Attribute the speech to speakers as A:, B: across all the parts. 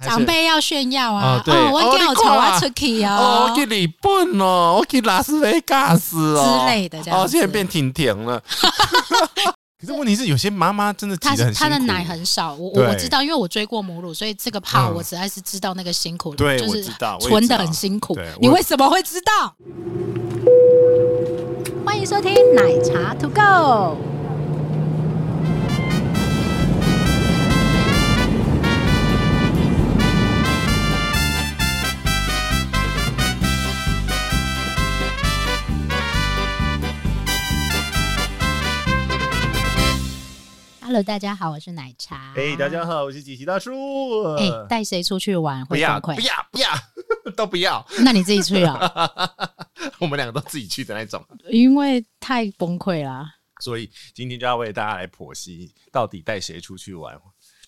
A: 长辈要炫耀啊
B: 哦，对
A: 哦我
B: 哦
A: 掉
B: 你
A: 头
B: 看
A: 啊，出去
B: 哦，
A: 啊
B: 我，去日本哦，我去拉斯维加斯哦
A: 之类的这样
B: 哦，
A: 子
B: 现在变挺 甜了。可是问题是，有些妈妈真的挤
A: 他
B: 得很
A: 他的
B: 辛苦
A: 奶很少，我我
B: 对
A: 我知道，因为我追过母乳，所以这个泡
B: 嗯
A: 我实在是知道那个辛苦了，
B: 对
A: 就
B: 我
A: 是
B: 知道我也
A: 存
B: 知
A: 的
B: 道
A: 很辛苦
B: 对。
A: 你
B: 我
A: 为什么会知道？欢迎收听奶茶 To Go。Hello，大家好，我是奶茶。
B: 哎、大家好，我是吉奇大叔。
A: 哎、带谁出去玩
B: 不
A: 会
B: 要
A: 崩
B: 不
A: 溃？
B: 要不要， 都不要，
A: 那你自己去 啊，
B: 我们两个都自己去的那种。
A: 因为太崩溃了。
B: 所以今天就要为大家来剖析，到底带谁出去玩，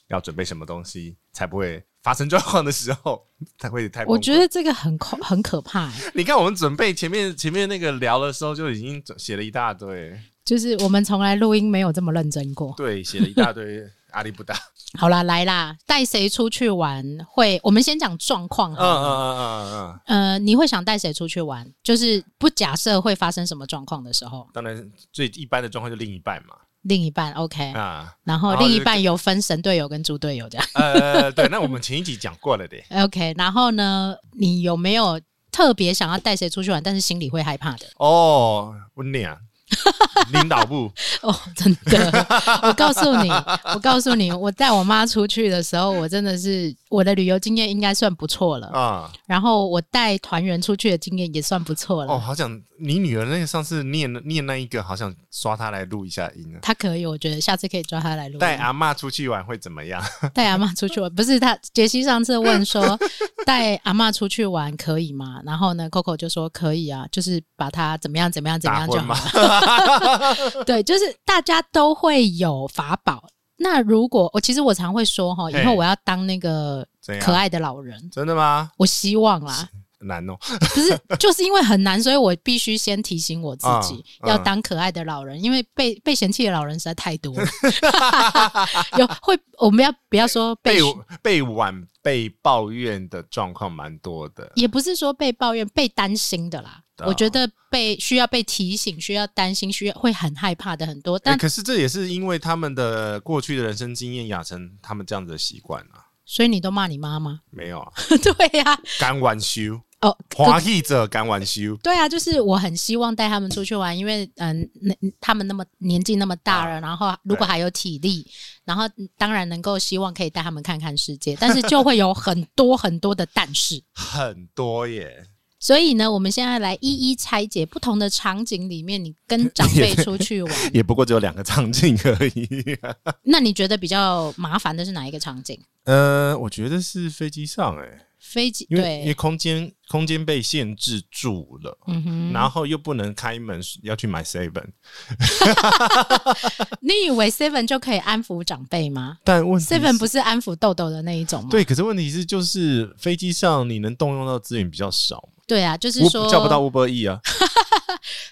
B: 要准备什么东西，才不会发生状况的时候 才会太崩溃。
A: 我觉得这个很恐很可怕、欸，
B: 你看我们准备前面前面那个聊的时候就已经写了一大堆，
A: 就是我们从来录音没有这么认真过。
B: 对，写了一大堆阿里不达。
A: 好啦，来啦，带谁出去玩会？我们先讲状况
B: 嗯
A: 好了。
B: 嗯嗯嗯嗯，
A: 呃，你会想带谁出去玩？就是不假设会发生什么状况的时候，
B: 当然最一般的状况就另一半嘛
A: 另一半 OK，、
B: 啊，
A: 然后
B: 然后
A: 另一
B: 就
A: 半有分神队友跟猪队友这 样
B: 呃，对，那我们前一集讲过了的，
A: OK。然后呢，你有没有特别想要带谁出去玩，但是心里会害怕的？
B: 哦，我娘，领导部，
A: 哦，真的，我告诉你，我告诉你，我带我妈出去的时候，我真的是我的旅游经验应该算不错了，
B: 啊，
A: 然后我带团员出去的经验也算不错了。
B: 哦，好想你女儿那个上次念念那一个，好想刷她来录一下音啊。
A: 她可以，我觉得下次可以抓她来录音。
B: 带阿嬷出去玩会怎么样？
A: 带阿妈出去玩，不是他杰西上次问 说带阿妈出去玩可以吗？然后呢，Coco 就说可以啊，就是把她怎么样怎么样怎么
B: 打
A: 样就好
B: 混 吗？
A: 了。对，就是大家都会有法宝。那如果我其实我常会说哈，以后
B: 嘿
A: 我要当那个
B: 怎
A: 可
B: 样？
A: 爱的老人，
B: 真的吗？
A: 我希望啦，
B: 难哦，
A: 不是就是因为很难，所以我必须先提醒我自己、
B: 嗯嗯
A: 要当可爱的老人，因为被被嫌弃的老人实在太多了，有会我们要不要说被
B: 被呃被晚被抱怨的状况蛮多的。
A: 也不是说被抱怨、被担心的啦。
B: 哦
A: 我觉得被需要被提醒、需要担心、需要会很害怕的很多，
B: 但、
A: 但
B: 可是这也是因为他们的过去的人生经验养成他们这样子的习惯啊。
A: 所以你都骂你妈妈，
B: 没有啊，
A: 对呀、
B: 敢玩修，
A: 哦，
B: 华裔者敢玩修。
A: 对啊，就是我很希望带他们出去玩，因为嗯，那他们那么年纪那么大
B: 啊
A: 了，然后如果还有体力，然后嗯当然能够希望可以带他们看看世界，但是就会有很多很多的但是。
B: 很多耶，
A: 所以呢，我们现在来一一拆解不同的场景里面，你 跟长辈出去玩，
B: 也不过只有两个场景而已。
A: 那你觉得比较麻烦的是哪一个场景？
B: 呃，我觉得是飞机上哎、
A: 飞机
B: 因为因为
A: 对，
B: 空间空间被限制住了，
A: 嗯哼，
B: 然后又不能开门，要去买 seven。
A: 你以为 Seven 就可以安抚长辈 吗
B: 但问题是
A: ？Seven 不是安抚豆豆的那一种吗？
B: 对，可是问题是就是飞机上你能动用到资源比较少嘛，
A: 对啊，就是
B: 我
A: 说
B: 叫不到 Uber E 啊。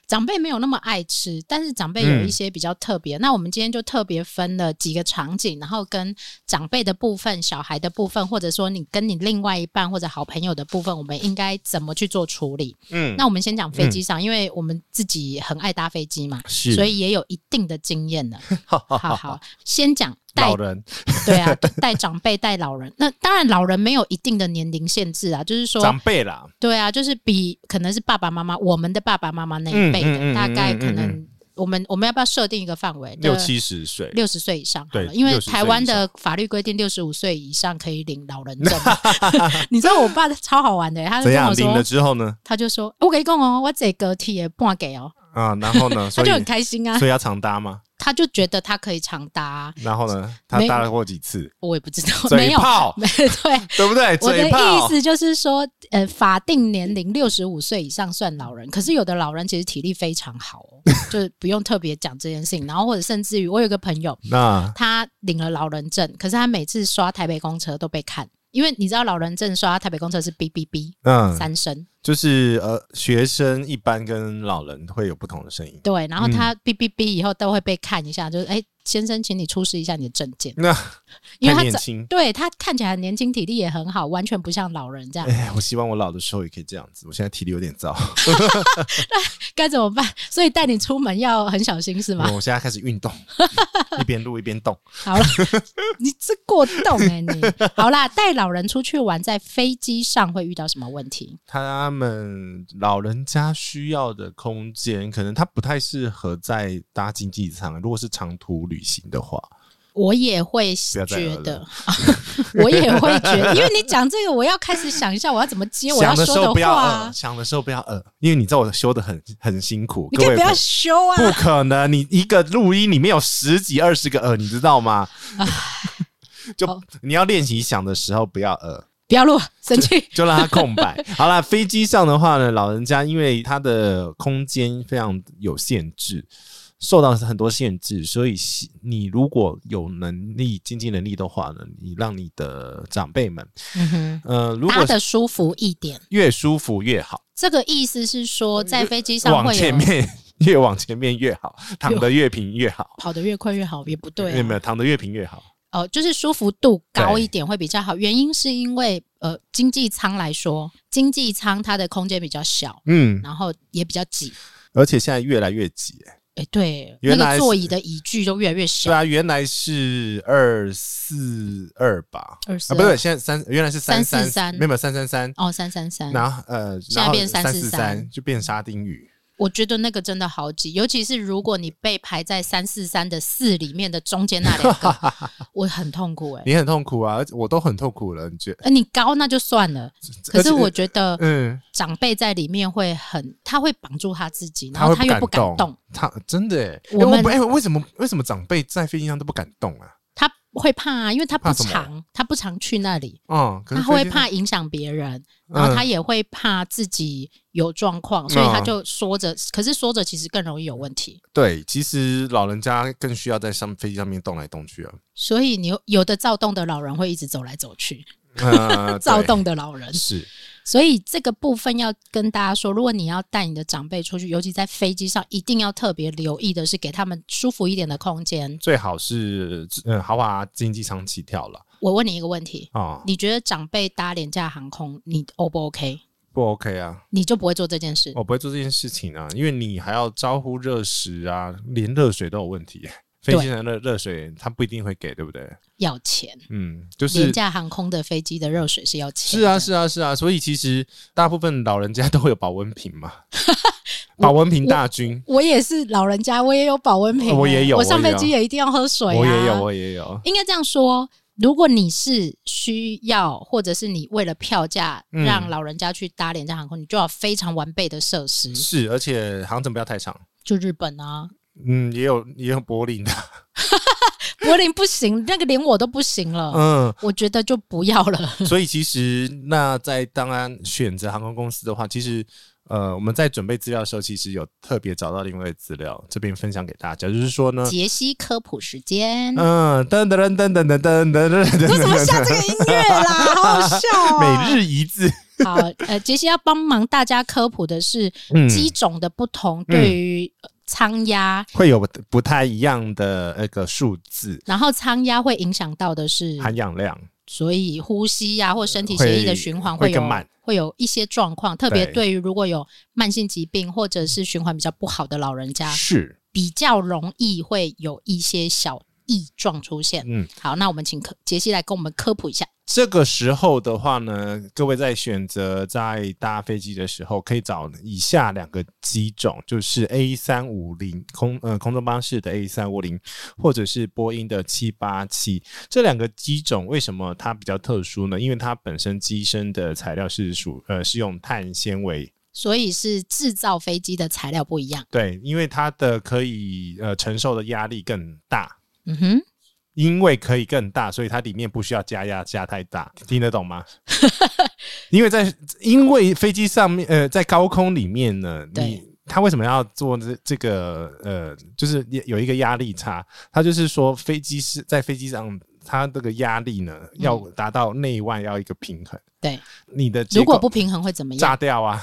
A: 长辈没有那么爱吃，但是长辈有
B: 嗯
A: 一些比较特别。那我们今天就特别分了几个场景，然后跟长辈的部分、小孩的部分，或者说你跟你另外一半或者好朋友的部分，我们应该怎么去做处理？
B: 嗯，
A: 那我们先讲飞机上，因为我们自己很爱搭飞机嘛，
B: 是
A: 所以也有一定的经 验了。好好，先讲带
B: 老人
A: 对啊，带长辈带老人，那当然老人没有一定的年龄限制啊，就是说，
B: 长辈啦，
A: 对啊，就是比可能是爸爸妈妈，我们的爸爸妈妈那一辈的，
B: 嗯嗯嗯
A: 大概
B: 嗯嗯
A: 可能、
B: 嗯
A: 我们我们要不要设定一个范围？
B: 六七十岁，
A: 六十岁以上好了，
B: 对
A: 因为
B: 60岁
A: 台湾
B: 以
A: 的法律规定六十五岁以上可以领老人证。 你知道我爸超好玩的，他就
B: 怎
A: 跟
B: 样
A: 我
B: 领了
A: 说，
B: 之后呢？
A: 他就说，我跟你讲哦，我这个体也半给哦，
B: 啊，然后 呢？
A: 他
B: 所以
A: 就很开心啊，
B: 所以要常搭吗？
A: 他就觉得他可以长达、
B: 然后呢？他
A: 没
B: 搭了过几次？
A: 我也不知道，没
B: 嘴
A: 有，
B: 炮，
A: 没 对。
B: 对不对？
A: 我的
B: 嘴
A: 意
B: 炮。
A: 思就是说，呃，法定年龄六十五岁以上算老人，可是有的老人其实体力非常好哦， 就是不用特别讲这件事情。然后或者甚至于，我有一个朋友，
B: 那
A: 他领了老人证，可是他每次刷台北公车都被看，因为你知道老人证刷台北公车是哔哔哔
B: 嗯，
A: 三声，
B: 就是呃，学生一般跟老人会有不同的声音。嗯
A: 对，然后他哔哔哔以后都会被看一下，就是哎。先生，请你出示一下你的证件，
B: 那
A: 因为
B: 太
A: 他
B: 年
A: 长
B: 轻。
A: 对他看起来很年轻，体力也很好，完全不像老人这 样，
B: 哎，我希望我老的时候也可以这样子。我现在体力有点糟，
A: 该怎么办？所以带你出门要很小心，是吗？
B: 我现在开始运 动，一边录一边动。
A: 好了， 你这过动哎、你好啦，带老人出去玩，在飞机上会遇到什么问题？
B: 他们老人家需要的空间，可能他不太适合在搭经济舱。如果是长途旅行的话，
A: 我也会
B: 要再
A: 觉
B: 聊
A: 得， 我也会觉得，因为你讲这个，我要开始想一下我要怎么接我
B: 想的时
A: 说
B: 候不要呃
A: 话
B: 饿，
A: 啊。
B: 想的时候不要饿，因为你知道我修的很很辛苦。
A: 你
B: 各
A: 可以
B: 位
A: 不要
B: 朋
A: 修啊！
B: 不可能，你一个录音里面有十几二十个呃，你知道吗？
A: 好
B: 就你要练习想的时候不要呃，
A: 不要录，啊生气。
B: 就让它空白。好啦，飞机上的话呢，老人家因为他的空间非常有限制，受到很多限制，所以希你如果有能力、经济能力的话呢，你让你的长辈们，
A: 嗯哼，
B: 呃，如
A: 搭
B: 果
A: 的舒服一点。
B: 越舒服越好，
A: 这个意思是说，在飞机上
B: 呃往
A: 会
B: 前
A: 有
B: 面越往前面越好，躺得越平越好。
A: 跑得越快越好，也不对、
B: 没有
A: 啊。
B: 没有，躺得越平越好。
A: 哦，就是舒服度高一点会比较好。原因是因为呃，经济舱来说，经济舱它的空间比较小，
B: 嗯，
A: 然后也比较挤。
B: 而且现在越来越挤、欸。
A: 哎、对，那
B: 原来
A: 个
B: 是
A: 座椅的椅距都越来越
B: 对
A: 小。
B: 啊，原来是二四二吧，
A: 二
B: 啊，
A: 十
B: 不对，现在三，原来是三
A: 343
B: 没有没有三三三，
A: 哦，三三三。
B: 然后呃，
A: 现在
B: 然后
A: 变
B: 三四
A: 343
B: 三，就变沙丁鱼。
A: 我觉得那个真的好挤，尤其是如果你被排在三四三的四里面的中间那两个， 我很痛苦哎、
B: 你很痛苦啊，而且我都很痛苦了，你觉得？
A: 呃你高那就算了，可
B: 而且
A: 是我觉得
B: 嗯，
A: 长辈在里面会很，他会绑住他自己，然
B: 他
A: 后
B: 会
A: 他又不敢
B: 动
A: 动，，
B: 他真的欸，哎
A: 我们
B: 不哎，为什么为什么长辈在飞机上都不敢动啊？
A: 他会怕啊，因为他不
B: 怕什么
A: 常，他不常去那里，
B: 嗯，可
A: 他
B: 是
A: 会
B: 飞机上
A: 怕影响别人，然后
B: 嗯
A: 他也会怕自己有状况，所以他
B: 嗯
A: 就缩着，可是缩着其实更容易有问题。
B: 对，其实老人家更需要在上飞机上面动来 动去啊，
A: 所以你有有的躁动的老人会一直走来走去，
B: 呃
A: 躁
B: 对
A: 动的老人
B: 是
A: 所以这个部分要跟大家说，如果你要带你的长辈出去，尤其在飞机上，一定要特别留意的是给他们舒服一点的空间。
B: 最好是嗯豪华经济舱起跳了
A: 我问你一个问题，
B: 啊，
A: 你觉得长辈搭廉价航空，你 O 不 OK？
B: 不 OK 啊，
A: 你就不会做这件事？
B: 我不会做这件事情啊，因为你还要招呼热食啊，连热水都有问题。飞机上的热水他不一定会给，对不对？
A: 要钱？
B: 嗯，就
A: 廉
B: 是
A: 价航空的飞机的热水是要钱
B: 是
A: 的？
B: 啊，是啊，是啊，所以其实大部分老人家 都会有保温瓶 嘛，保温瓶大军，
A: 我也是老人家，我也有保温瓶欸、
B: 我也有
A: 我上
B: 我也
A: 飞
B: 有
A: 机也一定要喝水、啊。
B: 我也有，我也有，
A: 应该这样说：如果你是需要，或者是你为了票价
B: 嗯
A: 让老人家去搭廉价航空，你就要非常完备的设施，
B: 是，而且航程不要太长。
A: 就日本啊，
B: 嗯，也有也有柏林的，
A: 柏林不行，那个连我都不行了，
B: 嗯，
A: 我觉得就不要了。
B: 所以其实那在当然选择航空公司的话，其实呃我们在准备资料的时候，其实有特别找到另外的资料，这边分享给大家，就是说呢，
A: 杰西科普时间，
B: 嗯，噔噔噔噔噔噔噔噔噔
A: 为什么
B: 噔
A: 下这个音乐啦？好好笑啊！
B: 每日一字，
A: 好，呃，杰西要帮忙大家科普的是
B: 嗯，
A: 机种的不同对于呃仓压，
B: 会有不太一样的那个数字
A: 然后仓压会影响到的是
B: 含氧量，
A: 所以呼吸呀、或身体血液的循环有
B: 会会更慢
A: 会有一些状况，特别
B: 对
A: 对于如果有慢性疾病或者是循环比较不好的老人家，
B: 是
A: 比较容易会有一些小异状出现。
B: 嗯。
A: 好，那我们请科杰西来跟我们科普一下。
B: 这个时候的话呢，各位在选择在搭飞机的时候，可以找以下两个机种，就是 A 三五零空呃空中巴士的 A 三五零，或者是波音的七八七。这两个机种为什么它比较特殊呢？因为它本身机身的材料是属呃是用碳纤维。
A: 所以是制造飞机的材料不一样。
B: 对，因为它的可以呃承受的压力更大，
A: 嗯哼，
B: 因为可以更大，所以它里面不需要加压加太大，听得懂吗？ 因为在因为飞机上面，呃，在高空里面呢，
A: 对
B: 你它为什么要做这这个呃，就是有一个压力差？它就是说飞机是在飞机上它这个压力呢，要达到内外要一个平衡。
A: 对，
B: 你的结
A: 如
B: 构
A: 果不平衡会怎么
B: 炸
A: 样？嗯
B: 掉啊，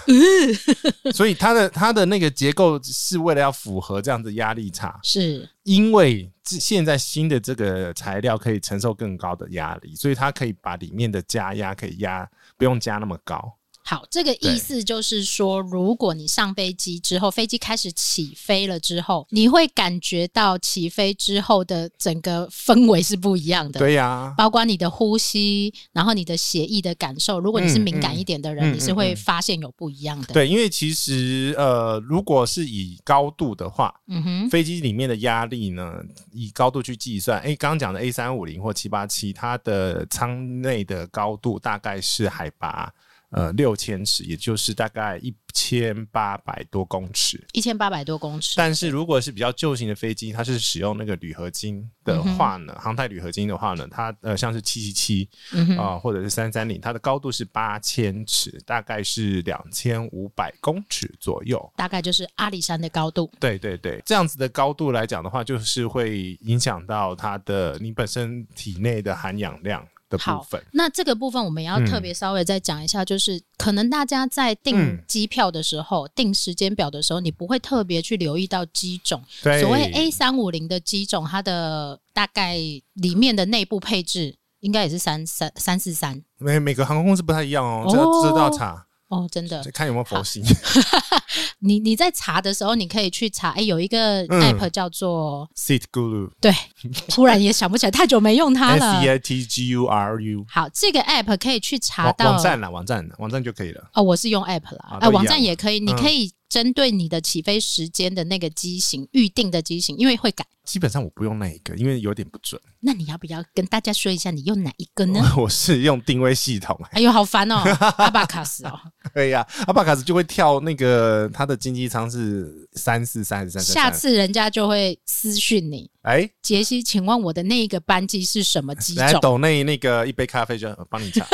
B: 所以它的它的那个结构是为了要符合这样子压力差，
A: 是
B: 因为这现在新的这个材料可以承受更高的压力，所以它可以把里面的加压可以压不用加那么高。
A: 好，这个
B: 对
A: 意思就是说，如果你上飞机之后，飞机开始起飞了之后，你会感觉到起飞之后的整个氛围是不一样的。
B: 对呀、
A: 包括你的呼吸，然后你的血液的感受。如果你是
B: 嗯
A: 敏感一点的人，
B: 嗯嗯
A: 你是会发现有不一样的。，
B: 对，因为其实呃，如果是以高度的话，
A: 嗯哼，
B: 飞机里面的压力呢，以高度去计算。诶，刚刚讲的 A 三五零或七八七，它的舱内的高度大概是海拔呃六千尺，也就是大概一千八百多公尺。
A: 一千八百多公尺，
B: 但是如果是比较旧型的飞机，它是使用那个铝合金的话呢，航太铝合金的话呢，它呃像是七七七
A: 嗯哼，
B: 啊，或者是三三零，它的高度是八千尺，大概是两千五百公尺左右。
A: 大概就是阿里山的高度。
B: 对对对，这样子的高度来讲的话，就是会影响到它的你本身体内的含氧量的部分。
A: 那这个部分我们也要特别稍微再讲一下，就是、可能大家在订
B: 嗯
A: 机票的时候、订时间表的时候，你不会特别去留意到机种。
B: 对，
A: 所谓 A 三五零的机种，它的大概里面的内部配置应该也是三三三四三
B: 每每个航空公司不太一样哦，
A: 哦
B: 这要这都要查，
A: 哦，真的。
B: 看有没有 佛系。
A: 你你在查的时候，你可以去查，哎、有一个
B: 嗯
A: app 叫做、
B: Seat Guru
A: 对， 突然也想不起来，太久没用它
B: S E
A: 了。
B: I T G U R U
A: 好，这个 app 可以去查
B: 网
A: 啊到
B: 网站啦，网站网站就可以了。
A: 哦，我是用 app 啦，
B: 啊
A: 哎、
B: 都一样
A: 网站也可以，你
B: 嗯
A: 可以针对你的起飞时间的那个机型预定的机型，因为会改。
B: 基本上我不用那一个，因为有点不准。
A: 那你要不要跟大家说一下你用哪一个 呢？
B: 我是用定位系统，
A: 哎呦，好烦哦，阿巴卡斯哦，
B: 对呀、阿巴卡斯就会跳那个它的经济舱是三四三还是三三
A: 下次人家就会私讯你，
B: 哎，
A: 杰西，请问我的那一个班机是什么机
B: 来
A: 种？
B: 抖那那个一杯咖啡就呃帮你查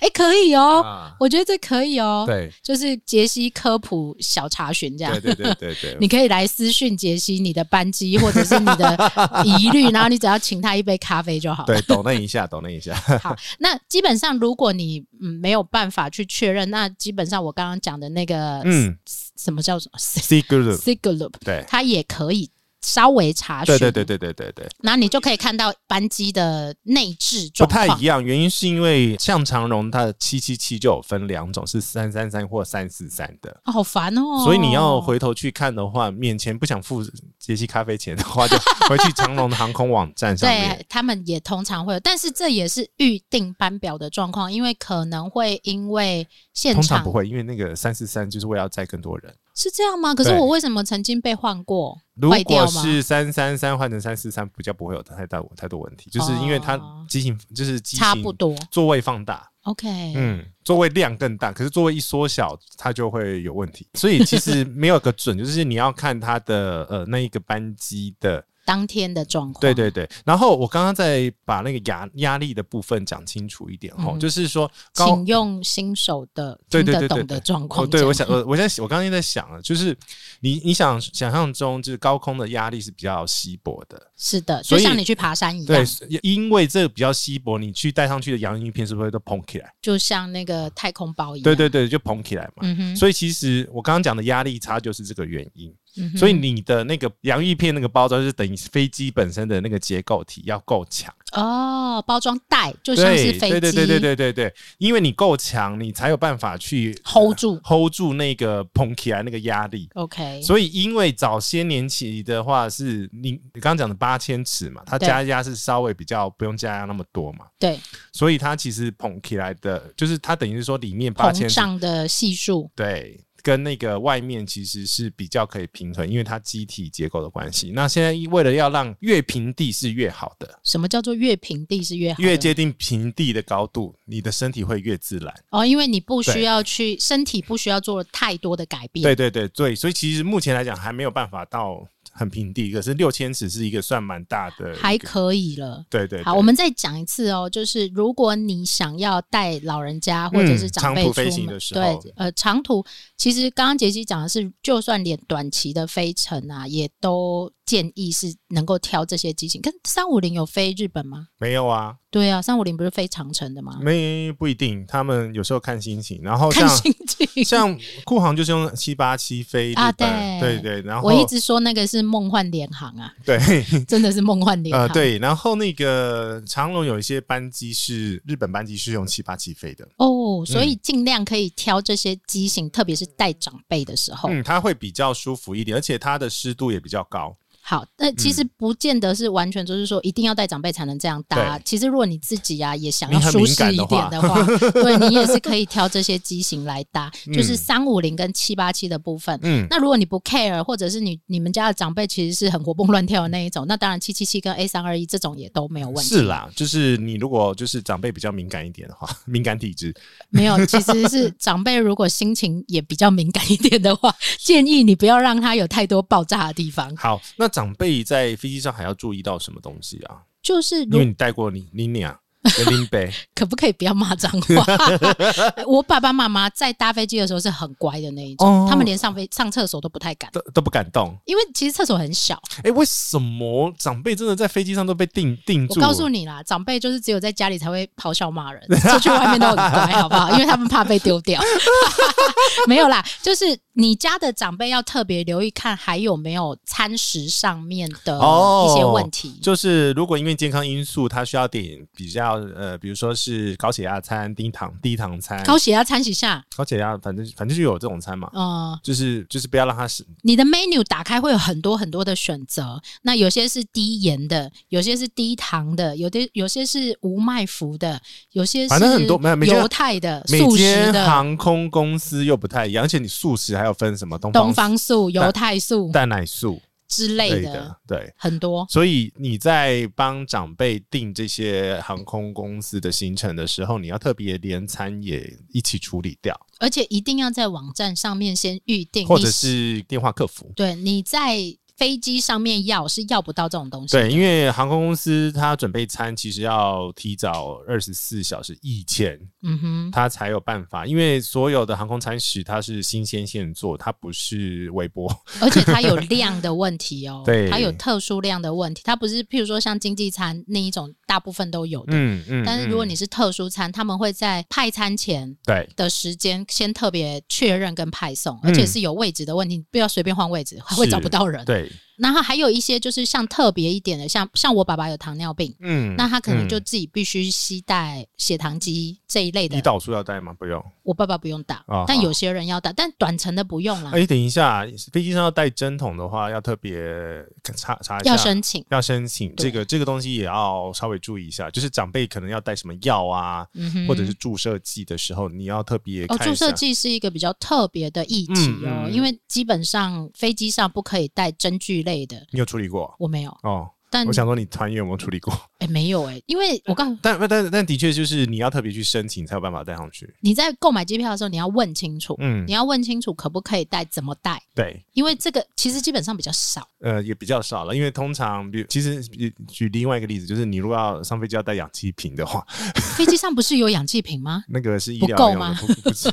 A: 哎、可以 哦，
B: 啊，
A: 我觉得这可以哦。
B: 对。
A: 就是杰西科普小查询这样。
B: 对对对对对，
A: 你可以来私讯杰西你的班机或者是你 的疑虑，然后你只要请他一杯咖啡就好了。
B: 对，抖那一下，抖那 一下。
A: 好，那基本上如果你嗯没有办法去确认，那基本上我刚刚讲的那个
B: 嗯
A: 什么叫什么 s
B: C group，
A: i g l o p
B: 对，
A: 它也可以稍微查询。
B: 对对对。对对对对，
A: 那你就可以看到班机的内置
B: 不
A: 状
B: 太
A: 况
B: 一。样。原因是因为像长荣它的七七七就有分两种，是三三三或三四三的。
A: 哦好烦哦！
B: 所以你要回头去看的话，面前不想付杰西咖啡钱的话，就回去长荣的航空网站上面。
A: 对他们也通常会有，但是这也是预定班表的状况，因为可能会因为现
B: 通常
A: 场
B: 不会，因为那个三四三就是为了要载更多人。
A: 是这样吗？可是
B: 对
A: 我为什么曾经被换过
B: 如
A: 坏
B: 果
A: 掉吗？
B: 是三三三换成三四三，比较不会有太大太多问题，就是因为它
A: 哦
B: 机型就是机
A: 差不
B: 型
A: 多
B: 座位放大，
A: ，OK，、
B: 嗯，座位量更大，可是座位一缩小，它就会有问题。所以其实没有个准，就是你要看它的呃那一个班机的，
A: 当天的状况，
B: 对对对。然后我刚刚再把那个压压力的部分讲清楚一点哈、
A: 嗯
B: 就是说高
A: 请用新手的
B: 对
A: 听
B: 对
A: 得
B: 对对
A: 懂的状
B: 哦，
A: 况讲。
B: 对我想我我现在我刚刚在想啊，就是你你想想象中就是高空的压力是比较稀薄的，
A: 是的，
B: 所
A: 就
B: 以
A: 像你去爬山一
B: 对
A: 样，，
B: 因为这个比较稀薄，你去带上去的洋芋片是不是都膨起来？
A: 就像那个太空包一样。
B: 对，对对，就膨起来嘛。
A: 嗯哼，
B: 所以其实我刚刚讲的压力差就是这个原因。
A: 嗯哼
B: 所以你的那个洋芋片那个包装，就是等于飞机本身的那个结构体要够强，
A: 哦，包装袋就像是
B: 对
A: 飞机
B: 对对对对对对对，因为你够强，你才有办法去
A: hold 住。
B: hold 住那个膨起来那个压力。
A: OK，
B: 所以，因为早些年起的话是你你刚刚讲的八千尺嘛，它
A: 对
B: 加压是稍微比较不用加压那么多嘛，
A: 对
B: 所以它其实膨起来的，就是它等于是说里面八千
A: 膨胀的系数，
B: 对，跟那个外面其实是比较可以平衡，因为它机体结构的关系。那现在为了要让越平地是越好的，
A: 什么叫做越平地是越好的？
B: 越接近平地的高度，你的身体会越自然。
A: 哦，因为你不
B: 对
A: 需要去身体不需要做太多的改变。
B: 对对对对，所以其实目前来讲还没有办法到很平地，可是六千尺是一个算蛮大的一个，
A: 还可以了。
B: 对对对
A: 好，我们再讲一次哦，就是如果你想要带老人家或者是长辈出门，
B: 嗯长途飞行的时候
A: 对，呃，长途其实刚刚杰西讲的是，就算连短期的飞程啊，也都建议是能够挑这些机型。跟三五零有飞日本吗？
B: 没有啊，
A: 对啊，三五零不是飞长城的吗？
B: 没不一定，他们有时候看心情。然后
A: 看
B: 嗯像
A: 心情。
B: 像酷航就是用七八七飞日本，
A: 啊对
B: 对对，然后
A: 我一直说那个是梦幻联航 啊，
B: 对
A: 真的是梦幻联航。
B: 呃对，然后那个长龙有一些班机是日本班机是用七八七飞的，
A: 哦，所以尽量可以挑这些机型，特别是带长辈的时候。
B: 嗯，它会比较舒服一点，而且它的湿度也比较高。
A: 好，那其
B: 嗯
A: 实不见得是完全就是说一定要带长辈才能这样搭。
B: 对
A: 其实如果你自己啊也想
B: 你
A: 要
B: 很
A: 舒
B: 敏
A: 适
B: 感
A: 一
B: 的
A: 点
B: 话
A: 的话， 对你也是可以挑这些机型来搭，就是
B: 嗯
A: 三五零跟七八七的部分。
B: 嗯，
A: 那如果你不 care，或者是你你们家的长辈其实是很活蹦乱跳的那一种，那当然七七七跟 A 三二一这种也都没有问题。
B: 是啦，就是你如果就是长辈比较敏感一点的话， 敏感体质，
A: 没有，其实 是长辈如果心情也比较敏感一点的话，建议你不要让他有太多爆炸的地方。
B: 好，那长辈在飞机上还要注意到什么东西啊？
A: 就是
B: 因
A: 如
B: 为你带过你 Lina 跟林北，
A: 可不可以不要骂脏话？ 我爸爸妈妈在搭飞机的时候是很乖的那一种，
B: 哦
A: 他们连上飞上厕所都不太敢，
B: 都都不敢动。
A: 因为其实厕所很小。
B: 哎、为什么长辈真的在飞机上都被定定
A: 我
B: 住？
A: 告诉你啦，长辈就是只有在家里才会咆哮骂人， 出去外面都很乖，好不好？因为他们怕被丢掉。 没有啦，就是你家的长辈要特别留意看还有没有餐食上面的
B: 哦
A: 一些问题。
B: 就是如果因为健康因素，他需要点比较呃，比如说是高血压餐、低糖低糖餐、
A: 高血压餐洗下，
B: 高血压，反正反正就有这种餐嘛，
A: 嗯、
B: 就是就是不要让他是
A: 你的 menu 打开会有很多很多的选择，那有些是低盐的，有些是低糖的，有的有些是无麦麸的，有些是
B: 反正很多没有每间
A: 犹太的、
B: 每
A: 素食
B: 间
A: 的、
B: 航空公司又不太一样，而且你素食还有分什么东
A: 东方素、犹太素
B: 蛋奶素
A: 之类
B: 类
A: 的，
B: 的，对。
A: 很多。
B: 所以你在帮长辈定这些航空公司的行程的时候，你要特别连餐也一起处理掉，
A: 而且一定要在网站上面先预定，
B: 或者
A: 你
B: 是电话客服。
A: 对你在飞机上面要是要不到这种东西。
B: 对，因为航空公司它准备餐其实要提早二十四小时以前，
A: 嗯哼，
B: 它才有办法。因为所有的航空餐食它是新鲜现做，它不是微波。，
A: 而且它有量的问题哦
B: 对
A: 它有特殊量的问题，它不是譬如说像经济餐那一种，大部分都有的。
B: 嗯嗯。
A: 但是如果
B: 嗯
A: 你是特殊餐，他们会在派餐前
B: 对
A: 的时间先特别确认跟派送，
B: 嗯
A: 而且是有位置的问题，不要随便换位置，会找不到人。
B: 对，
A: 然后还有一些就是像特别一点的，像像我爸爸有糖尿病，
B: 嗯，
A: 那他可能
B: 嗯
A: 就自己必须携带血糖机这一类
B: 胰
A: 的。
B: 岛素要带吗？不用。
A: 我爸爸不用打，
B: 哦
A: 但
B: 好
A: 有些人要打，但短程的不用啦，
B: 哎、等一下，飞机上要带针筒的话，要特别查查一下，
A: 要申请。
B: 要申请
A: 对
B: 这个这个东西也要稍微注意一下，就是长辈可能要带什么药啊，
A: 嗯哼，
B: 或者是注射剂的时候，你要特别
A: 哦，
B: 看
A: 注
B: 一下。
A: 射剂是一个比较特别的议题
B: 嗯
A: 哦，
B: 嗯嗯
A: 因为基本上飞机上不可以带针具类的，
B: 你有处理过
A: 我没有，
B: 哦？
A: 但
B: 我想嗯说你团员有没有处理过？
A: 哎、没有哎、因为我告
B: 但但但的确就是你要特别去申请才有办法带上去。
A: 你在购买机票的时候，你要问清楚，
B: 嗯
A: 你，要问清楚可不可以带，怎么带，
B: 对，
A: 因为这个其实基本上比较少。
B: 呃，也比较少了，因为通常，比如其实举举另外一个例子，就是你如果要上飞机要带氧气瓶的话，
A: 飞机上不是有氧气瓶 吗？
B: 那个是医
A: 不够
B: 疗用
A: 吗
B: 的，不不是。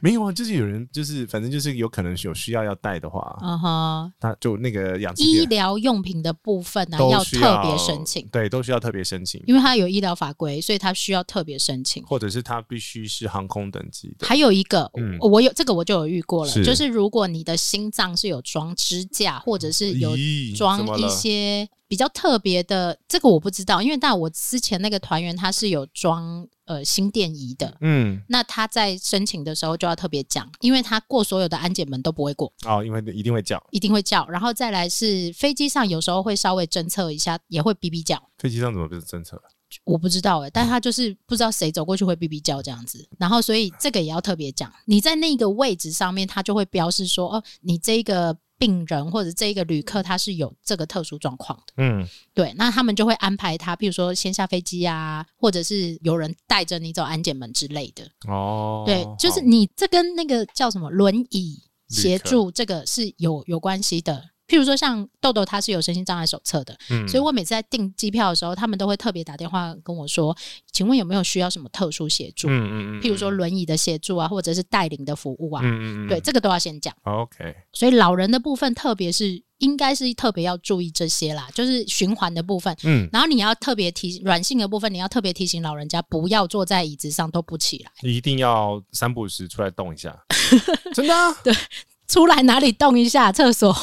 B: 没有啊，就是有人就是反正就是有可能有需要要带的话，
A: 嗯哼，
B: 他就那个氧气
A: 医
B: 瓶
A: 疗用品的部分呢、
B: 都
A: 要
B: 需
A: 特别申请，
B: 对，都需要特别申请，
A: 因为它有医疗法规，所以它需要特别申请。
B: 或者是它必须是航空等级的。
A: 还有一个，
B: 嗯
A: 我有这个我就有遇过了，
B: 是
A: 就是如果你的心脏是有装支架，或者是有
B: 咦
A: 装
B: 怎么
A: 一
B: 了
A: 些比较特别的，这个我不知道，因为但我之前那个团员他是有装呃心电仪的。
B: 嗯
A: 那他在申请的时候就要特别讲，因为他过所有的安检门都不会过，
B: 哦，因为一定会叫
A: 一定会叫。然后再来是飞机上有时候会稍微侦测一下，也会哔哔叫，
B: 飞机上怎么不是政策？
A: 我不知道哎、但他就是不知道谁走过去会哔哔叫这样子。然后所以这个也要特别讲，你在那个位置上面，他就会标示说哦，你这个病人或者这一个旅客他是有这个特殊状况的。
B: 嗯，
A: 对，那他们就会安排他，譬如说先下飞机啊，或者是有人带着你走安检门之类的。
B: 哦，
A: 对，就是
B: 好
A: 你这跟那个叫什么轮椅
B: 旅客
A: 协助这个是有有关系的。譬如说像豆豆他是有身心障碍手册的，
B: 嗯
A: 所以我每次在订机票的时候，他们都会特别打电话跟我说，请问有没有需要什么特殊协助？
B: 嗯嗯嗯，
A: 譬如说轮椅的协助啊，或者是带领的服务啊，
B: 嗯嗯嗯，
A: 对，这个都要先讲。
B: ，OK，
A: 所以老人的部分，特别是应该是特别要注意这些啦，就是循环的部分。
B: 嗯，
A: 然后你要特别提软性的部分，你要特别提醒老人家不要坐在椅子上都不起来，
B: 一定要三不五时出来动一 下，真的啊、
A: 出来哪里动一下厕所。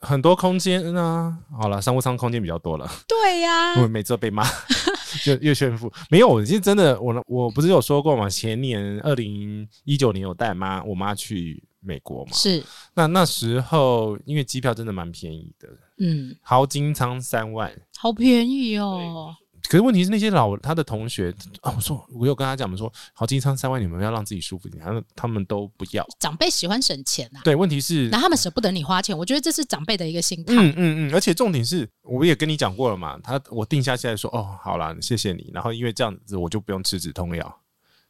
B: 很多空间啊。好了，商务舱空间比较多了，
A: 对呀、
B: 我每次都被骂， 就越炫富。没有，我是真的，我我不是有说过嘛？前年二零一九年有带妈我妈去美国嘛？
A: 是，
B: 那那时候因为机票真的蛮便宜的，
A: 嗯，
B: 豪金舱三万。
A: 好便宜哦。
B: 可是问题是那些老他的同学啊，我说我有跟他讲，我说豪金舱三万，你们要让自己舒服一点，然后他们都不要。
A: 长辈喜欢省钱呐、啊，
B: 对，问题是
A: 然后他们舍不得你花钱，我觉得这是长辈的一个心态。
B: 嗯嗯嗯，而且重点是，我也跟你讲过了嘛，他我定下现在说，哦，好啦，谢谢你，然后因为这样子我就不用吃止痛药，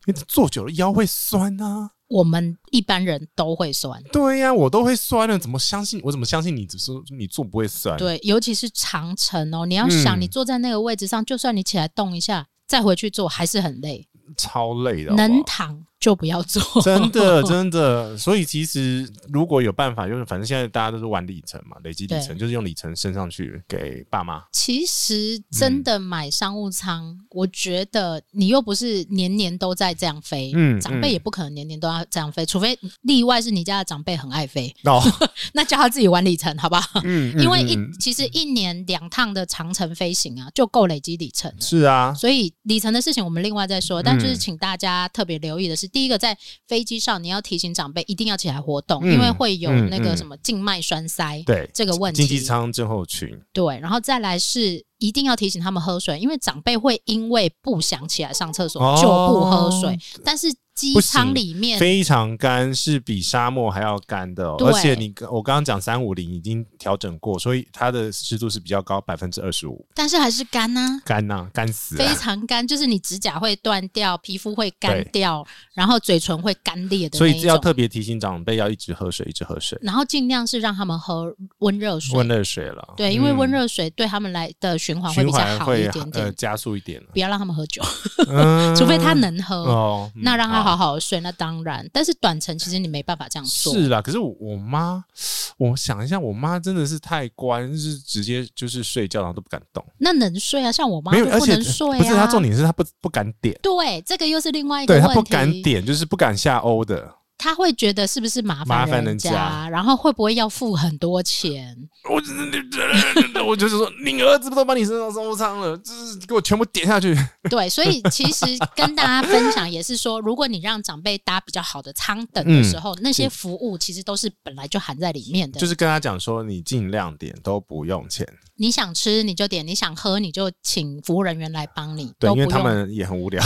B: 因为坐久了腰会酸啊。
A: 我们一般人都会酸，
B: 对呀、我都会酸了，怎么相信我？怎么相信你？只是你坐不会酸？
A: 对，尤其是长城哦，你要想，
B: 嗯
A: 你坐在那个位置上，就算你起来动一下，再回去坐还是很累，
B: 超累的，好不好
A: 能躺就不要坐。
B: 真的真的，所以其实如果有办法，就是反正现在大家都是玩里程嘛，累积里程，就是用里程升上去给爸妈。
A: 其
B: 嗯
A: 实真的买商务舱，我觉得你又不是年年都在这样飞，
B: 嗯
A: 长辈也不可能年年都要这样飞，除非例外是你家的长辈很爱飞，
B: 哦，
A: 那叫他自己玩里程好不好？
B: 嗯，嗯
A: 因为一
B: 嗯
A: 其实一年两趟的长程飞行啊，就够累积里程了。
B: 是啊，
A: 所以里程的事情我们另外再说，但就是
B: 嗯
A: 请大家特别留意的是，第一个在飞机上你要提醒长辈一定要起来活动，
B: 嗯
A: 因为会有
B: 嗯
A: 那个
B: 嗯
A: 什么静脉栓塞
B: 对，
A: 这个问
B: 经济
A: 题。
B: 舱症候群，
A: 对，然后再来是一定要提醒他们喝水，因为长辈会因为不想起来上厕所
B: 哦
A: 就不喝水，但是机
B: 不行
A: 舱里面
B: 非常干，是比沙漠还要干的哦、
A: 对
B: 而且你我刚刚讲三五零已经调整过，所以它的湿度是比较高，百分之二十五，
A: 但是还是干啊呐、
B: 干呐，干死、
A: 非
B: 啊。
A: 常干，就是你指甲会断掉，皮肤会干
B: 对
A: 掉，然后嘴唇会干裂的
B: 所
A: 那
B: 以
A: 一
B: 这要特
A: 种。
B: 别提醒长辈要一直喝水，一直喝水，
A: 然后尽量是让他们喝温热水，
B: 温热水了。
A: 对，因为温
B: 嗯
A: 热水对他们来的循环会
B: 循
A: 比较
B: 环
A: 好一
B: 会
A: 点
B: 呃
A: 点，
B: 加速一点 了，
A: 不要让他们喝酒，
B: 嗯
A: 除非他能喝，
B: 哦，嗯
A: 那让他好。好地睡，那当然。但是短程其实你没办法这样做，
B: 是啦，可是我我妈，我想一下，我妈真的是太乖，就是直接就是睡觉，然后都不敢动，
A: 那能睡啊？像我妈
B: 没
A: 就
B: 有，而
A: 不
B: 且呃
A: 能睡啊。
B: 不是她重点是她不不敢点，
A: 对，这个又是另外一个
B: 对
A: 问
B: 她
A: 题。
B: 不敢点，就是不敢下欧的。
A: 她会觉得是不是麻
B: 麻
A: 烦
B: 烦人
A: 家，
B: 家
A: 然后会不会要付很多钱？
B: 我就是我就是说，你儿子都把你身上商务舱了，就是给我全部点下去。
A: 对，所以其实跟大家分享也是说，如果你让长辈搭比较好的舱等的时候，那些服务其实都是本来就含在里面的。
B: 嗯就是跟他讲说，你尽量点，都不用钱。
A: 你想吃你就点，你想喝你就请服务人员来帮你，
B: 对，
A: 都
B: 因
A: 不
B: 为
A: 用
B: 他们也很无聊。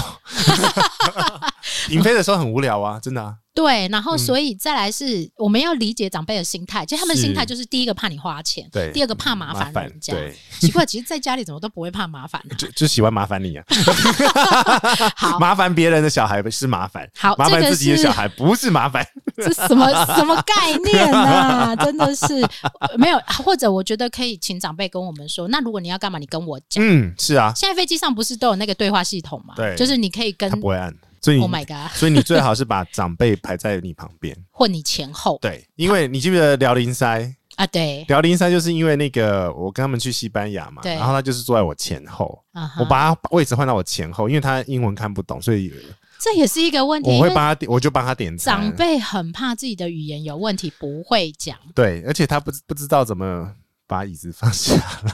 B: 影飞的时候很无聊啊，真的啊。
A: 对。然后，
B: 嗯
A: 所以再来是、我们要理解长辈的心态，其实他们
B: 是
A: 心态就是第一个怕你花钱，
B: 对
A: 第二个怕麻
B: 麻
A: 烦人家。
B: 对，
A: 奇怪，其实在家里怎么都不会怕麻烦、啊。
B: 就就喜欢麻烦你啊。
A: 好，
B: 麻烦别人的小孩是麻烦，
A: 好
B: 麻烦
A: 这个
B: 自己的
A: 是
B: 小孩不是 麻烦。
A: 这什么什么概念啊？真的是呃没有，或者我觉得可以请长辈跟我们说，那如果你要干嘛，你跟我讲。
B: 嗯，是啊，
A: 现在飞机上不是都有那个对话系统嘛？
B: 对
A: 就是你可以跟
B: 他不会按，所以你
A: Oh my God
B: 所以你最好是把长辈排在你旁边。
A: 或你前后
B: 对，因为你记不记得辽宁塞？
A: 啊，对，
B: 辽宁塞就是因为那个我跟他们去西班牙嘛，
A: 对
B: 然后他就是坐在我前后，
A: 啊哈
B: 我把他位置换到我前后，因为他英文看不懂，所以
A: 这也是一个问题，
B: 我
A: 因
B: 会
A: 为
B: 帮他点，我就帮他点餐
A: 长辈很怕自己的语言有问题，不会讲。
B: 对，而且他不不知道怎么把椅子放下 来，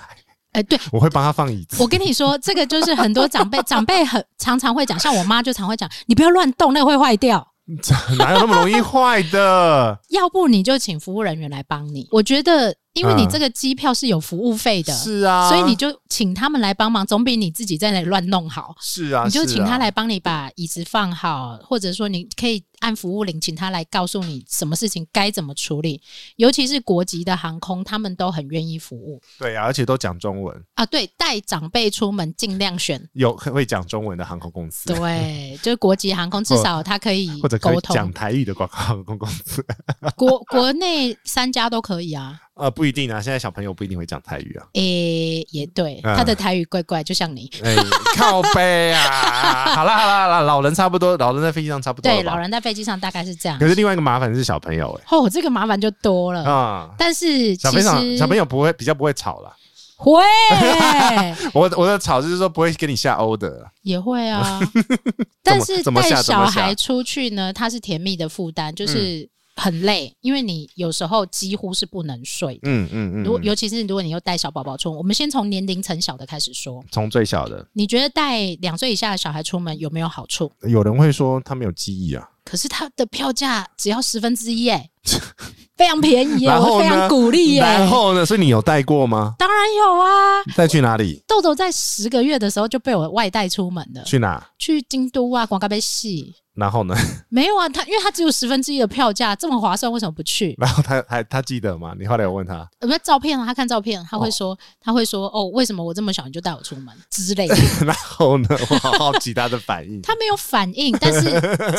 A: 哎、对
B: 我会帮他放椅子
A: 我。跟你说， 这个就是很多长辈， 长辈很常常会讲，像我妈就常会讲，你不要乱动，那个会坏掉。
B: 哪有那么容易坏的？
A: 要不你就请服务人员来帮你。我觉得，因为你
B: 嗯
A: 这个机票是有服务费的，
B: 是啊，
A: 所以你就请他们来帮忙，总比你自己在那里乱弄好。
B: 是啊，
A: 你就是请
B: 啊
A: 他来帮你把椅子放好，或者说你可以按服务铃，请他来告诉你什么事情该怎么处理。尤其是国籍的航空，他们都很愿意服务。
B: 对啊，而且都讲中文，
A: 啊，对，带长辈出门尽量 选
B: 有会讲中文的航空公司，
A: 对，就是国际航空，至少它可以
B: 哦或者可以
A: 沟
B: 讲
A: 通。
B: 台语的广告航空公司。
A: 国国内三家都可以啊，
B: 呃，不一定 啊，现在小朋友不一定会讲台语啊。
A: 诶、也对，
B: 嗯
A: 他的台语怪怪，就像 你。
B: 哎，靠背啊！ 好啦好啦好啦，老人差不多，老人在飞机上差不多了
A: 对，
B: 吧
A: 老。人在飞机上大概是这样
B: 可。是另外一个麻烦是小朋友
A: 哦，这个麻烦就多
B: 哎
A: 了。
B: 啊，
A: 但是
B: 小朋
A: 嗯其
B: 友
A: 实
B: 小朋友不会比较不会吵啦。
A: 会
B: 我我的吵就是说不会跟你下殴的，
A: 也会 啊，但是
B: 怎么
A: 带
B: 下怎么
A: 小
B: 下
A: 孩出去呢，它是甜蜜的负担，就是很累，因为你有时候几乎是不能睡的。
B: 嗯嗯嗯
A: 如果
B: 嗯，
A: 尤其是如果你又带小宝宝出门，我们先从年龄层小的开始说。
B: 从最小的，
A: 你觉得带两岁以下的小孩出门有没有好处？
B: 有人会说他没有记忆啊，
A: 可是它的票价只要十分之一， 哎，非常便宜耶，
B: 然后
A: 我
B: 呢
A: 非常鼓励耶。
B: 然后呢，所以你有带过吗？
A: 当然有啊，
B: 带去哪里？
A: 豆豆在十个月的时候就被我外带出门了，
B: 去哪？
A: 去京都啊，广告被戏。
B: 然后呢？
A: 没有啊，他因为他只有十分之一的票价，这么划算，为什么不去？
B: 然后他还他记得吗？你后来有问他，
A: 呃，不是照片啊，他看照片，他会说，他会说，哦，为什么我这么小你就带我出门之 类的？
B: 然后呢？我好好奇他的反应。
A: 他没有反应，但是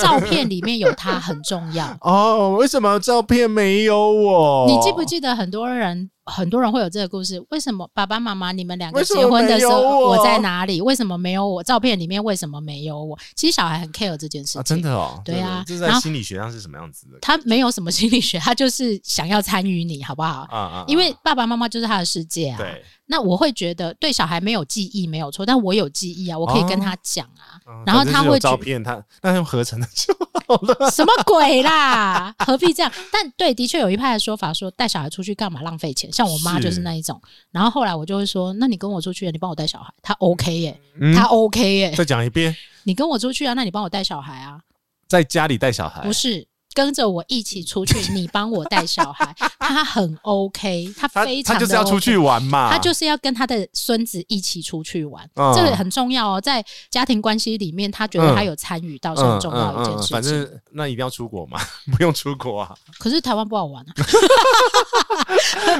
A: 照片里面有他很重要。
B: 哦，为什么照片没有我？
A: 你记不？记得很多人，很多人会有这个故事？为什么爸爸妈妈你们两个
B: 为什么
A: 结婚的时候
B: 没有我
A: 我在哪里？为什么没有我？照片里面为什么没有我？其实小孩很 care 这件事情，
B: 啊，真的哦，
A: 对啊
B: 这在
A: 然后
B: 心理学上是什么样子的？
A: 他没有什么心理学，他就是想要参与你，好不好？
B: 啊啊，啊
A: 因为爸爸妈妈就是他的世界啊。
B: 对，
A: 那我会觉得对小孩没有记忆没有错，但我有记忆啊，我可以
B: 哦
A: 跟他讲啊。
B: 嗯
A: 然后
B: 反正
A: 他
B: 就是有
A: 会
B: 照
A: 觉
B: 片，他那用合成的就好了。
A: 什么鬼啦？何必这样？但对，的确有一派的说法说带小孩出去干嘛浪费钱？像我妈就是
B: 是
A: 那一种。然后后来我就会说，那你跟我出去，你帮我带小孩，她 OK 耶、
B: 嗯
A: 她 OK 耶、
B: 再讲一遍，
A: 你跟我出去啊，那你帮我带小孩啊，
B: 在家里带小孩
A: 不，是。跟着我一起出去，你帮我带小孩，她很 OK，她
B: 他
A: 非常、
B: 他
A: OK、
B: 就是要出去玩嘛，
A: 他就是要跟他的孙子一起出去玩，
B: 嗯
A: 这个很重要哦。在家庭关系里面，他觉得他有参与
B: 嗯
A: 到是很重要的一件事情。
B: 反正那一定要出国嘛，不用出国啊，
A: 可是台湾不好玩啊，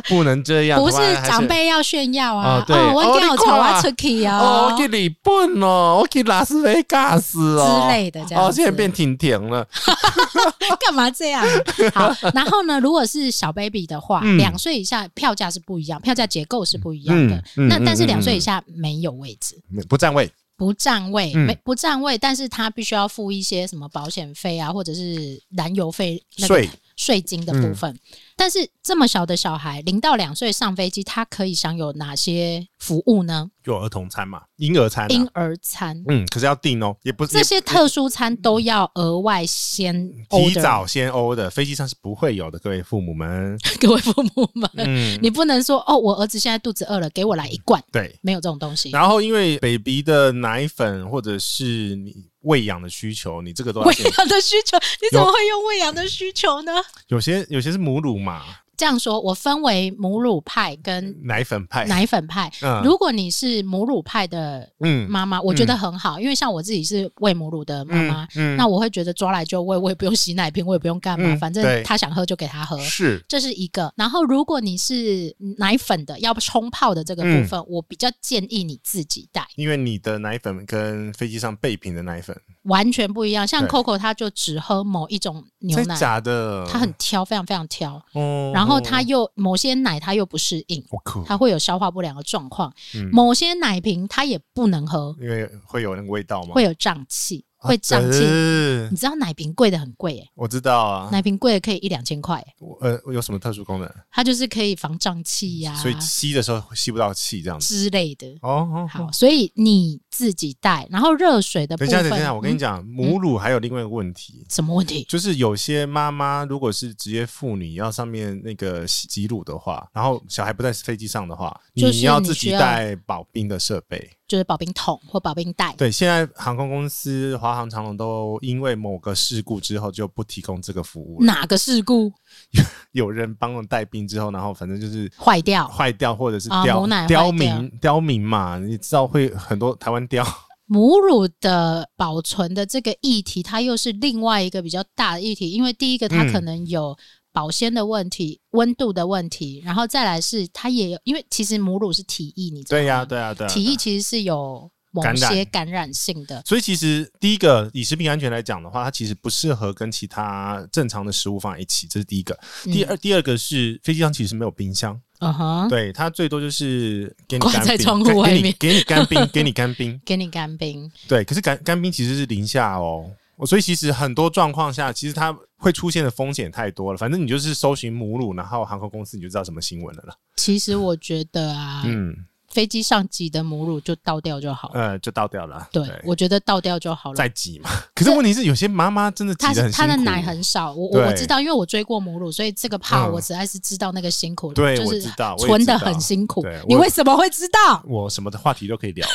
B: 不能这样。
A: 不
B: 台湾还是
A: 长辈要炫耀啊
B: 哦，对哦
A: 我
B: 你
A: 掉
B: 看
A: 头
B: 啊
A: 啊出去
B: 哦，我
A: 啊
B: 去日本哦，我去拉斯维加斯
A: 之
B: 哦
A: 类的这样
B: 哦，
A: 子
B: 现在变挺甜了，
A: 干嘛这 样啊？好，然后呢，如果是小 baby 的话，
B: 嗯
A: 两岁以下票价是不一样，票价结构是不一样的。
B: 嗯嗯
A: 那
B: 嗯
A: 但是
B: 嗯
A: 两岁以
B: 嗯
A: 下没有位置。
B: 不占位。
A: 不占位，
B: 嗯
A: 没不占位，但是他必须要付一些什么保险费啊，或者是燃油费、那个
B: 税嗯
A: 税金的部分。但是这么小的小孩，零到两岁上飞机，他可以享有哪些服务呢？
B: 有儿童餐嘛，婴儿餐、
A: 婴
B: 啊，
A: 儿餐。
B: 嗯，可是要订哦，也不是
A: 这些特殊餐都要额外先
B: 提
A: order
B: 早先欧的，飞机上是不会有的，各位父母们。
A: 各位父母们，
B: 嗯，
A: 你不能说哦，我儿子现在肚子饿了，给我来一罐，
B: 对。
A: 没有这种东西。
B: 然后因为 baby 的奶粉或者是你喂养的需求，你这个都要
A: 喂
B: 先
A: 养的需求，你怎么会用喂养的需求呢？
B: 有些有些是母乳嘛，
A: 这样说，我分为母乳派跟
B: 奶粉派。
A: 奶粉派。
B: 嗯
A: 如果你是母乳派的
B: 嗯
A: 妈妈，我觉得很好，因为像我自己是喂母乳的妈妈，
B: 嗯
A: 那我会觉得抓来就喂，我也不用洗奶瓶，我也不用干嘛，
B: 嗯
A: 反
B: 对
A: 正他想喝就给他喝。
B: 是
A: 这是一个，然后如果你是奶粉的，要冲泡的这个部
B: 嗯
A: 分，我比较建议你自己带，
B: 因为你的奶粉跟飞机上备品的奶粉，
A: 完全不一样。像
B: 对
A: Coco，他就只喝某一种牛
B: 真
A: 奶，
B: 假的？
A: 他很挑，非常非常挑，
B: 哦
A: 然后他又某些奶他又不适应，
B: 我靠，
A: 他会有消化不良的状况，
B: 嗯
A: 某些奶瓶他也不能喝，
B: 因为会有那个味道吗？
A: 会有胀气，
B: 啊
A: 会胀气。
B: 气
A: 你，知道奶瓶贵的很贵耶、
B: 我知道啊。
A: 奶瓶贵的可以一两千块耶、
B: 我呃，我有什么特殊功能？
A: 它就是可以防胀气呀
B: 嗯所以吸的时候吸不到气，这样子。
A: 之类的。
B: 哦哦，
A: 好，所以你自己带，然后热水的部
B: 等一
A: 分，
B: 下，等一下，我跟你
A: 嗯
B: 讲，母乳还有另外一个问题，
A: 什么问题？
B: 就是有些妈妈如果是职业妇女，要上面那个洗挤乳的话，然后小孩不在飞机上的话，
A: 就是
B: 你要
A: 你
B: 自
A: 需
B: 己
A: 要
B: 带保冰的设备。
A: 就是保冰桶或保冰袋，
B: 对，现在航空公司、华航、长龙都因为某个事故之后就不提供这个服务了。
A: 哪个事故
B: 有人帮我带兵之后，然后反正就是
A: 坏掉？
B: 坏掉或者是
A: 啊
B: 刁
A: 母奶坏
B: 刁
A: 掉
B: 民刁民嘛，你知道会很多台湾刁。
A: 母乳的保存的这个议题，它又是另外一个比较大的议题，因为第一个它
B: 嗯
A: 可能有保鲜的问题、温度的问题，然后再来是它也有，因为其实母乳是体液，你知道吗？
B: 对呀、对呀、对呀、
A: 体液其实是有某
B: 嗯感染
A: 些感染性的。
B: 所以其实第一个以食品安全来讲的话，它其实不适合跟其他正常的食物放在一起，这是第一个。第二，第二个是飞机上其实没有冰箱，
A: 嗯哼，
B: 对，它最多就是给你
A: 挂
B: 干
A: 在
B: 冰
A: 窗户
B: 给
A: 外
B: 给你
A: 面
B: 给你干冰，给你干冰。
A: 给你干冰，
B: 对，可是干干冰其实是零下哦，我所以其实很多状况下，其实它会出现的风险太多了。反正你就是搜寻母乳，然后航空公司你就知道什么新闻了啦。
A: 其实我觉得啊，
B: 嗯，
A: 飞机上挤的母乳就倒掉就好了。
B: 呃，就倒掉了啦。
A: 对，我觉得倒掉就好了。
B: 再挤嘛。可是问题是，有些妈妈真的挤
A: 他
B: 得很辛
A: 他
B: 苦。
A: 的奶很少，我我我
B: 对
A: 知道，因为我追过母乳，所以这个怕
B: 嗯
A: 我实在是知道那个辛苦，
B: 对
A: 就
B: 我
A: 是
B: 知道我也
A: 存的
B: 知道
A: 很辛苦
B: 对。
A: 你
B: 我
A: 为什么会知道？
B: 我什么的话题都可以聊，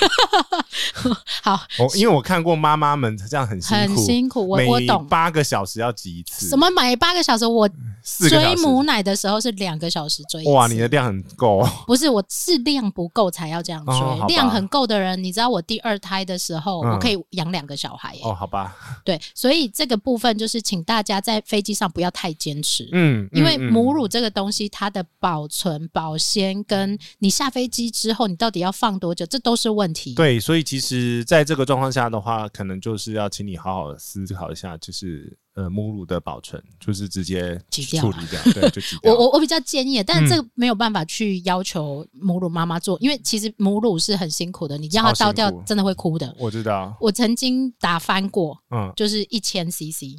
A: 好，
B: 我因为我看过妈妈们这样很辛
A: 很
B: 苦，
A: 辛苦，我
B: 每
A: 我懂。
B: 八个小时要挤一次，
A: 什么每八个小时？我
B: 四个
A: 追
B: 小时？
A: 母奶的时候是两个小时追一次。
B: 哇，你的量很够哦，
A: 不是，我是量不够才要这样追。
B: 哦好吧
A: 量很够的人，你知道我第二胎的时候，
B: 嗯
A: 我可以养两个小孩耶、
B: 哦好吧，
A: 对，所以这个部分就是请大家在飞机上不要太坚持。
B: 嗯，
A: 因为
B: 嗯嗯
A: 母乳这个东西，它的保存、保鲜，跟你下飞机之后，你到底要放多久，这都是问题。
B: 对，所以其实在这个状况下的话，可能就是要请你好好地思考一下，就是呃母乳的保存，就是直接
A: 挤掉啊
B: 处理掉，对，就挤
A: 我
B: 掉。
A: 我我比较建议，
B: 嗯
A: 但是这个没有办法去要求母乳妈妈做，因为其实母乳是很辛苦的，你让它
B: 超
A: 倒
B: 辛苦
A: 掉真的会哭的。
B: 我知道，
A: 我曾经打翻过，
B: 嗯，
A: 就是一千 CC，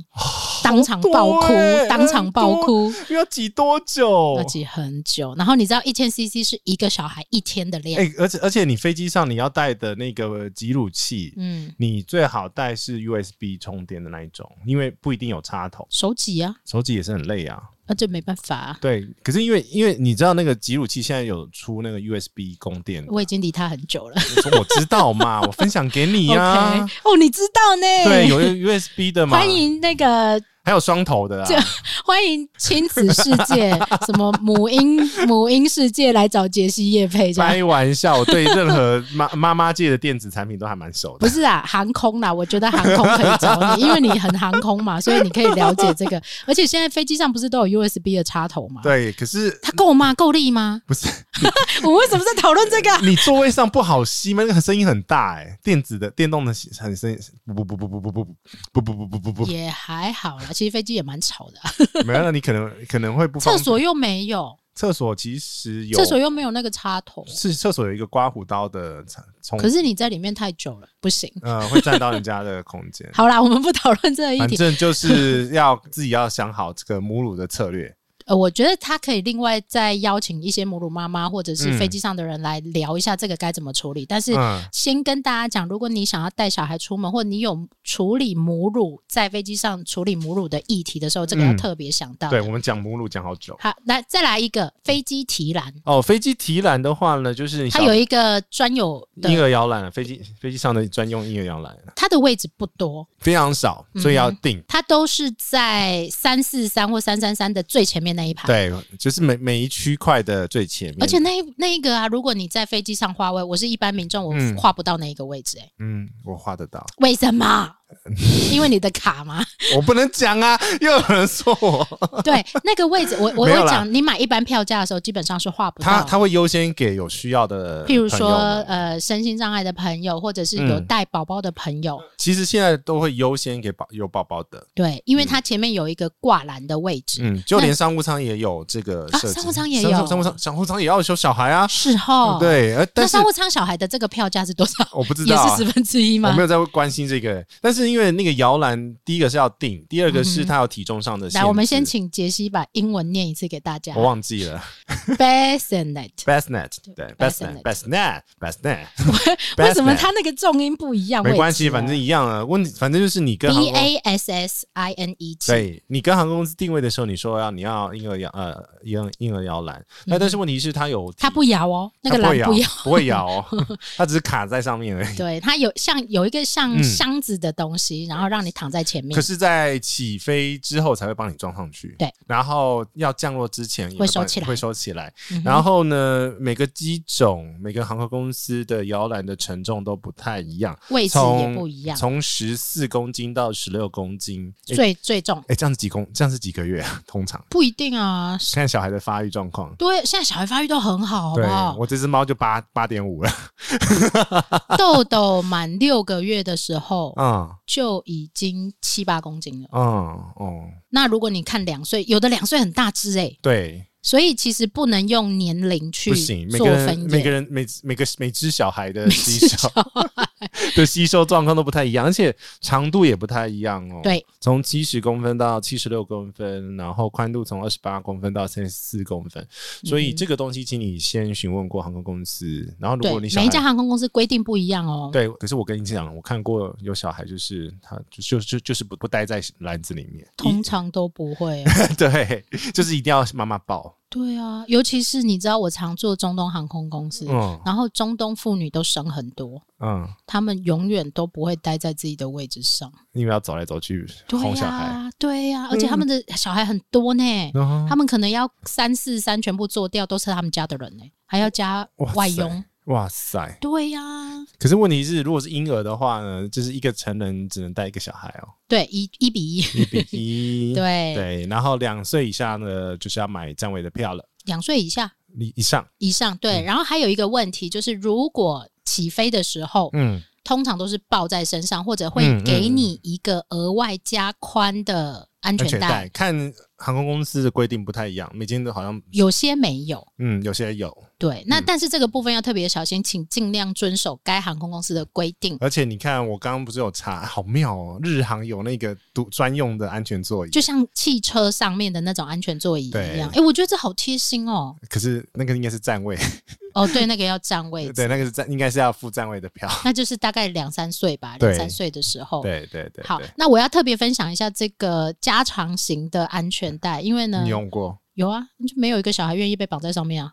A: 当场爆
B: 好
A: 哭
B: 多欸，哦
A: 当场爆哭，
B: 要挤多久
A: 要？挤很久。然后你知道一千 CC 是一个小孩一天的量，
B: 哎、而且而且你飞机上你要带的那个挤乳器，
A: 嗯，
B: 你最好带是 USB 充电的那一种，因为不一定有插头，
A: 手挤啊，
B: 手指也是很累啊。
A: 那这没办法、啊。
B: 对，可是因为因为你知道那个挤乳器现在有出那个 USB 供电，
A: 我已经离他很久了。
B: 我说我知道嘛，我分享给你啊
A: OK，。哦，你知道呢？
B: 对，有 USB 的嘛，
A: 欢迎那个
B: 还有双头的
A: 这
B: 啊，
A: 欢迎亲子世界什么母婴母婴世界来找杰西叶配这样。
B: 开玩笑，我对任何妈妈妈界的电子产品都还蛮熟
A: 不
B: 的。
A: 是啊，航空啦，我觉得航空可以找你，因为你很航空嘛，所以你可以了解这个。而且现在飞机上不是都有 USB 的插头吗？
B: 对，可是
A: 它够吗？够力吗？
B: 不是
A: 我为什么在讨论这个啊？
B: 你座位上不好吸吗？那个声音很大哎、电子的电动的很声音，不不不不不不不不不不不不
A: 也还好啦，其实飞机也蛮吵的啊、
B: 不，没有，那你可能可能会不
A: 厕
B: 方便
A: 所又没有，
B: 厕所其实有
A: 厕所又没有那个插头，
B: 是厕所有一个刮胡刀的冲，
A: 可是你在里面太久了，不行。。
B: 呃会占到人家的空间
A: 好啦，我们不讨论这个议
B: 反
A: 题。
B: 正就是要自己要想好这个母乳的策略。
A: 呃，我觉得他可以另外再邀请一些母乳妈妈或者是
B: 嗯
A: 飞机上的人来聊一下这个该怎么处理。但是
B: 嗯，
A: 先跟大家讲，如果你想要带小孩出门，或你有处理母乳在飞机上处理母乳的议题的时候，这个要
B: 嗯
A: 特别想到。
B: 对，我们讲母乳讲好久。
A: 好，来再来一个飞机提篮，
B: 哦，飞机提篮的话呢，就是你
A: 它
B: 小
A: 有一个专有
B: 婴
A: 的，
B: 儿摇篮啊了，飞机飞机上的专用婴儿摇篮啊
A: 它的位置不多，
B: 非常少，
A: 嗯
B: 所以要定。
A: 它都是在三四三或三三三的最前面那一排。
B: 对，就是每每一区块的最前面。
A: 而且那一那一个啊，如果你在飞机上划位，我是一般民众，我
B: 嗯
A: 划不到那一个位置、欸，
B: 嗯，我画得到，
A: 为什 么？因为你的卡吗？
B: 我不能讲啊，又有人说我，
A: 对，那个位 置我我
B: 没有
A: 我
B: 啦
A: 讲，你买一般票价的时候基本上是划不
B: 他
A: 到。
B: 他会优先给有需要的，
A: 譬如说，呃，身心障碍的朋友，或者是有
B: 嗯
A: 带宝宝的朋友，
B: 其实现在都会优先给宝有宝宝的，
A: 对，因为它前面有一个挂篮的位置，
B: 嗯，就
A: 那
B: 连商务舱也有这个
A: 啊
B: 设置，
A: 商务舱也
B: 商
A: 有
B: 商务舱商务舱也要收小孩啊，
A: 是哈、。
B: 对，呃，
A: 那
B: 但是
A: 商务舱小孩的这个票价是多少？
B: 我不知
A: 也
B: 道
A: 是
B: 啊。
A: 十分之一
B: 我
A: 吗
B: 没？有在关心这个，但是因为那个摇篮，第一个是要定，第二个是它有体重上的限
A: 嗯
B: 制。
A: 来，我们先，请杰西把英文念一次给大家
B: 我。忘记了
A: Bassinet，
B: ，bassnet，对
A: ，bassinet
B: ，bassnet，bassnet，bassnet，
A: 为什么他那个重音不一样？
B: 没关系，
A: 位置啊
B: 反正一样啊。问题，反正就是你跟航
A: B
B: 空
A: A S S I N E T。
B: 对你跟航空公司定位的时候，你说要你要婴儿摇呃婴婴儿摇篮，那但是问题是它有
A: 嗯它不摇哦，那个
B: 它
A: 篮不
B: 不会
A: 摇
B: 摇，。不会摇哦，它只是卡在上面而已。
A: 对，它有像有一个像
B: 嗯
A: 箱子的东西，然后让你躺在前面
B: 可。是，在起飞之后才会帮你装上去，
A: 对。
B: 然后要降落之前也
A: 会
B: 帮
A: 收
B: 你
A: 起来
B: 会收起来。
A: 嗯哼
B: 然后呢，每个机种、每个航空公司的摇篮的承重都不太一样，
A: 位置也
B: 从
A: 不一样，
B: 从十四公斤到十六公斤。哎、
A: 最最重
B: 诶这样子几公，这样是几个月啊？ 通常
A: 不一定啊。
B: 看小孩的发育状况。
A: 对，现在小孩发育都很好，好不
B: 对
A: 好？
B: 我这只猫就八八点五了，
A: 豆豆满六个月的时候
B: 嗯
A: 就已经七八公斤了。
B: 嗯哦，
A: 那如果你看两岁，有的两岁很大只诶、
B: 对，
A: 所以其实不能用年龄去
B: 不行，每
A: 做
B: 个人
A: 分
B: 每个
A: 野。
B: 人每每个每只小孩的吸收 的吸收状况都不太一样，而且长度也不太一样哦。
A: 对，
B: 从七十公分到七十六公分，然后宽度从二十八公分到三十四公分，所
A: 嗯
B: 以这个东西请你先询问过航空公司，然后如
A: 对
B: 果你，小
A: 每一家
B: 孩。
A: 航空公司规定不一样哦。
B: 对，可是我跟你讲，我看过有小孩，就是他就就就就是不不待在篮子里面，
A: 通常都不会、啊。
B: 对，就是一定要妈妈抱，
A: 对啊，尤其是你知道，我常做中东航空公司，
B: 嗯
A: 然后中东妇女都生很多，
B: 嗯，
A: 她们永远都不会待在自己的位置上。
B: 因为要走来走去
A: 对
B: 哄小
A: 呀、
B: 孩，嗯
A: 对呀、而且他们的小孩很多呢，
B: 然后
A: 他们可能要三四三全部做掉，都是他们家的人呢，欸还要加
B: 哇塞
A: 外佣。
B: 哇塞！
A: 对呀、
B: 可是问题是，如果是婴儿的话呢，就是一个成人只能带一个小孩哦，
A: 对，一一比一，
B: 一比一。
A: 对，
B: 对，然后两岁以下呢，就是要买站位的票了，
A: 两岁以下
B: 以以上，
A: 以上。
B: 嗯
A: 对，然后还有一个问题就是，如果起飞的时候，
B: 嗯，
A: 通常都是抱在身上，或者
B: 嗯
A: 会
B: 嗯
A: 给你一个额外加宽的安
B: 安
A: 全
B: 全
A: 带，
B: 带，看航空公司的规定不太一样，每间都好像，
A: 有些没有。
B: 嗯，有些有，
A: 对，
B: 嗯
A: 那但是这个部分要特别小心，请尽量遵守该航空公司的规定。
B: 而且你看，我刚刚不是有查，好妙哦，日航有那个独专用的安全座椅，
A: 就像汽车上面的那种安全座椅一
B: 对
A: 样，哎、我觉得这好贴心哦。
B: 可是那个应该是站位，
A: 哦，对，那个要占位置，
B: 对，那个是站，应该是要付站位的票，
A: 那就是大概两三岁吧，
B: 对
A: 两三岁的时候。
B: 对对对，
A: 好
B: 对，
A: 那我要特别分享一下这个加长型的安全带，因为呢
B: 你，用过，
A: 有啊，就没有一个小孩愿意被绑在上面啊。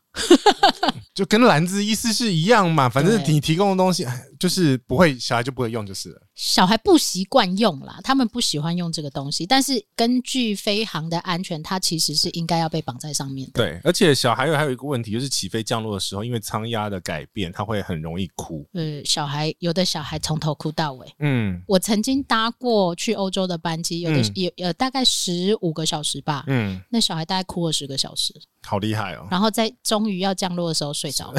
B: 就跟篮子意思是一样嘛，反正
A: 对
B: 你提供的东西哎就是不会，小孩就不会用就是了。
A: 小孩不习惯用啦，他们不喜欢用这个东西。但是根据飞航的安全，它其实是应该要被绑在上面的。
B: 对，而且小孩有还有一个问题，就是起飞降落的时候，因为舱压的改变，他会很容易哭。
A: 呃，小孩有的小孩从头哭到尾。
B: 嗯
A: 我曾经搭过去欧洲的班机，有的
B: 嗯
A: 有有大概十五个小时吧，
B: 嗯，
A: 那小孩大概哭了十个小时，
B: 好厉害哦！
A: 然后在终于要降落的时候睡着 了，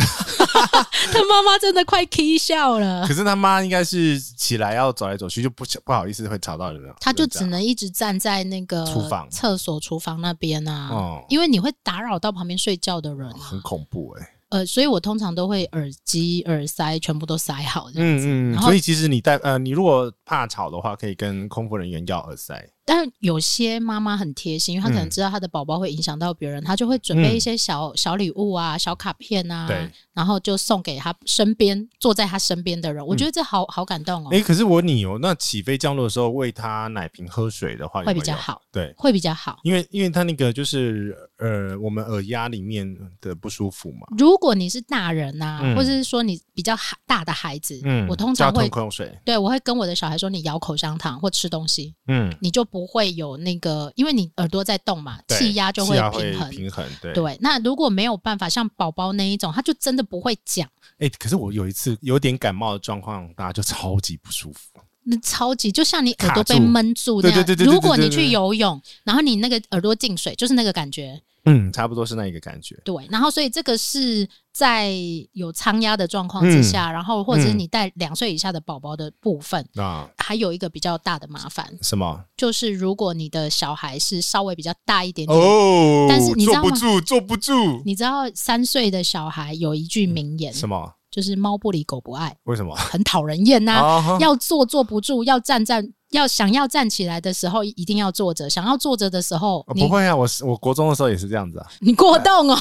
A: 他妈妈真的快 k 笑了。
B: 可是他妈应该是起来要走来走去，就不不好意思会吵到人了。
A: 他就只
B: 这样
A: 能一直站在那个
B: 厨房
A: 厕所、厨房那边啊，
B: 哦
A: 因为你会打扰到旁边睡觉的人、啊
B: 很。恐怖哎、
A: 呃，所以我通常都会耳机、耳塞全部都塞好这样子。
B: 嗯嗯，
A: 然后
B: 所以其实你带呃，你如果怕吵的话，可以跟空服人员要耳塞。
A: 但有些妈妈很贴心，因为她可能
B: 嗯
A: 知道她的宝宝会影响到别人，她就会准备一些小、小礼物啊、小卡片啊
B: 对，
A: 然后就送给她身边坐在她身边的人。
B: 嗯
A: 我觉得这好好感动哦，
B: 哎、可是我问你哦，那起飞降落的时候喂他奶瓶喝水的话有没
A: 会
B: 有
A: 比较。好，
B: 对，
A: 会比较好。
B: 因为因为它那个就是呃，我们耳压里面的不舒服嘛。
A: 如果你是大人呐、
B: 嗯
A: 或者是说你比较孩大的孩子，
B: 嗯，
A: 我通
B: 就要
A: 常
B: 吞
A: 会
B: 口水。
A: 对我会跟我的小孩说，你咬口香糖或吃东西，
B: 嗯，
A: 你就不会有那个，因为你耳朵在动嘛，
B: 对
A: 气压就
B: 气
A: 会
B: 压
A: 平衡。
B: 平衡。对，
A: 对，那如果没有办法，像宝宝那一种，他就真的不会讲，
B: 哎、可是我有一次有点感冒的状况，大家就超级不舒服。
A: 那超级就像你耳
B: 卡
A: 朵被
B: 住
A: 闷住那
B: 对
A: 样。
B: 对对对对
A: 如果
B: 对
A: 你
B: 对对
A: 去游泳，然后你那个耳朵进水，就是那个感觉。
B: 嗯，差不多是那一个感觉。
A: 对，然后所以这个是在有仓压的状况之
B: 嗯
A: 下，然后或者是你带两岁以下的宝宝的部分。
B: 那
A: 还有一个比较大的麻烦，
B: 什么？
A: 就是如果你的小孩是稍微比较大一点点，
B: 哦
A: 但是你知
B: 坐
A: 道
B: 不
A: 吗
B: 住，坐不住。
A: 你知道三岁的小孩有一句名言，
B: 什么？
A: 就是“猫不理狗不爱
B: 为什么？”，
A: 很讨人厌呐、
B: 啊
A: 要坐坐不住，要站站要想要站起来的时候一定要坐着，想要坐着的时候
B: 哦
A: 你
B: 不会啊，我是我国中的时候也是这样子啊，
A: 你过动哦。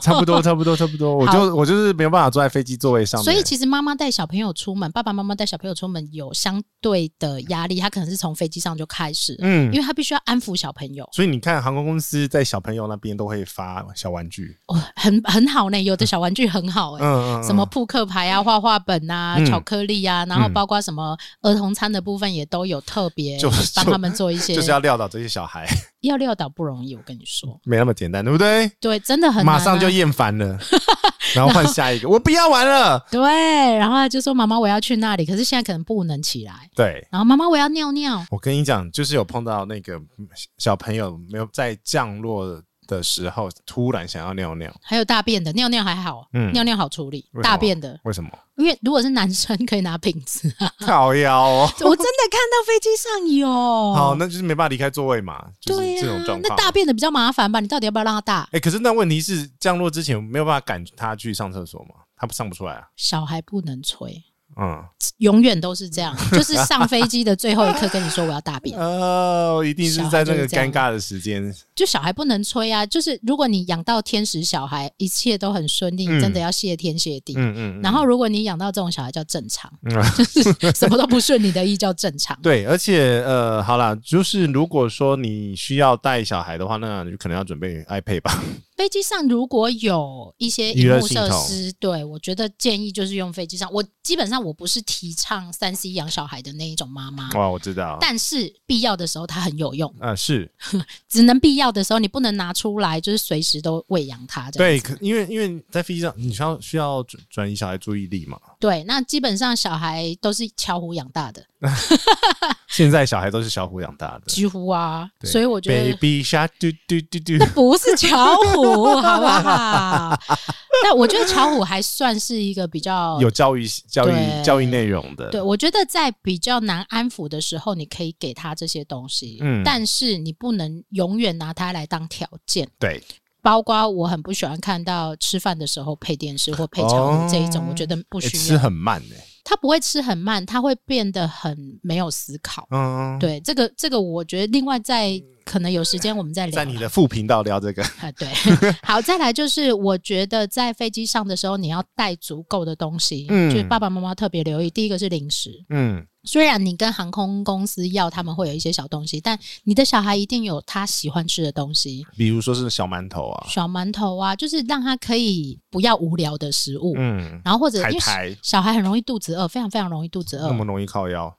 B: 差不多，差不多，差不多。我就我就是没有办法坐在飞机座位上面，
A: 所以其实妈妈带小朋友出门，爸爸妈妈带小朋友出门有相对的压力，他可能是从飞机上就开始了，
B: 嗯
A: 因，为他必须要安抚小朋友。
B: 所以你看航空公司在小朋友那边都会发小玩具，
A: 哦，很很好呢，有的小玩具很好哎、
B: 嗯嗯，
A: 什么
B: 嗯
A: 扑克牌啊、画画本啊、
B: 嗯
A: 巧克力啊，然后包括什么儿童餐的部分也都有特别
B: 就
A: 帮他们做一些，
B: 就是要撂倒这些小孩，
A: 要撂倒不容易，我跟你说，
B: 没那么简单，对不对？
A: 对，真的很难啊、
B: 马上就厌烦 了，然后换下一个，我不要玩了。
A: 对，然后他就说妈妈我要去那里，可是现在可能不能起来，
B: 对，
A: 然后妈妈我要尿尿，
B: 我跟你讲，就是有碰到那个小朋友没有在降落的时候突然想要尿尿，
A: 还有大便的尿尿还好，
B: 嗯
A: 尿尿好处理
B: 为什么，
A: 大便的，
B: 为什么？
A: 因为如果是男生可以拿瓶子 啊，
B: 靠腰哦。
A: 我真的看到飞机上有，
B: 好，那就是没办法离开座位嘛，就是
A: 哦对
B: 这种
A: 啊
B: 状，
A: 那
B: 况。
A: 大便的比较麻烦吧，你到底要不要让他大？
B: 哎、可是那问题是降落之前没有办法赶他去上厕所嘛，他上不出来啊。
A: 小孩不能吹。
B: 嗯，
A: 永远都是这 样，就是上飞机的最后一刻跟你说我要大便，
B: 哦，一定是
A: 小孩
B: 在那
A: 就
B: 个
A: 是这样
B: 尴尬的时间，
A: 就小孩不能催啊。就是如果你养到天使小孩，一切都很顺利，
B: 嗯
A: 真的要谢天谢地。
B: 嗯嗯，嗯
A: 然后如果你养到这种小孩叫正 常，
B: 嗯
A: 就是什么都不顺你的意叫正常。
B: 对，而且呃，好啦，就是如果说你需要带小孩的话，那你可能要准备 iPad 吧。
A: 飞机上如果有一些
B: 娱
A: 荧
B: 乐
A: 幕
B: 系
A: 设
B: 统
A: 施，对我觉得建议就是用飞机上。我基本上我不是提倡三 C 养小孩的那一种妈妈。
B: 哇，我知道，
A: 但是必要的时候它很有用，
B: 呃，是
A: 只能必要的时候你不能拿出来，就是随时都喂养它这样
B: 对，
A: 子。
B: 可因为因为在飞机上，你需要需要转转移小孩注意力嘛。
A: 对，那基本上小孩都是巧虎养大的，
B: 现在小孩都是小虎养大的
A: 几乎啊，
B: 对
A: 所以我觉得
B: ，Baby Shark，嘟嘟 嘟嘟，
A: 不是巧虎，好不好？但我觉得巧虎还算是一个比较
B: 有教育教育
A: 哦对
B: 教育内容的，
A: 对，我觉得在比较难安抚的时候，你可以给他这些东西，
B: 嗯
A: 但是你不能永远拿它来当条件。
B: 对，
A: 包括我很不喜欢看到吃饭的时候配电视或配巧
B: 哦
A: 虎这一种，我觉得不
B: 欸
A: 需
B: 吃
A: 要。
B: 很慢呢。
A: 他不会吃很慢，他会变得很没有思考。
B: 嗯，
A: 对，这个这个，我觉得另外在可能有时间我们再聊
B: 在你
A: 啦。
B: 的副频道聊这个，
A: 啊，对， 好，再来就是我觉得在飞机上的时候，你要带足够的东西，
B: 嗯
A: 就是爸爸妈妈特别留意。第一个是零食，
B: 嗯，
A: 虽然你跟航空公司要他们会有一些小东西，但你的小孩一定有他喜欢吃的东西，
B: 比如说是小馒头啊，
A: 小馒头啊，就是让他可以不要无聊的食物。
B: 嗯，
A: 然后或者
B: 海
A: 因为
B: 苔
A: 小孩很容易肚子饿，非常非常容易肚子饿
B: 那。么容易靠腰，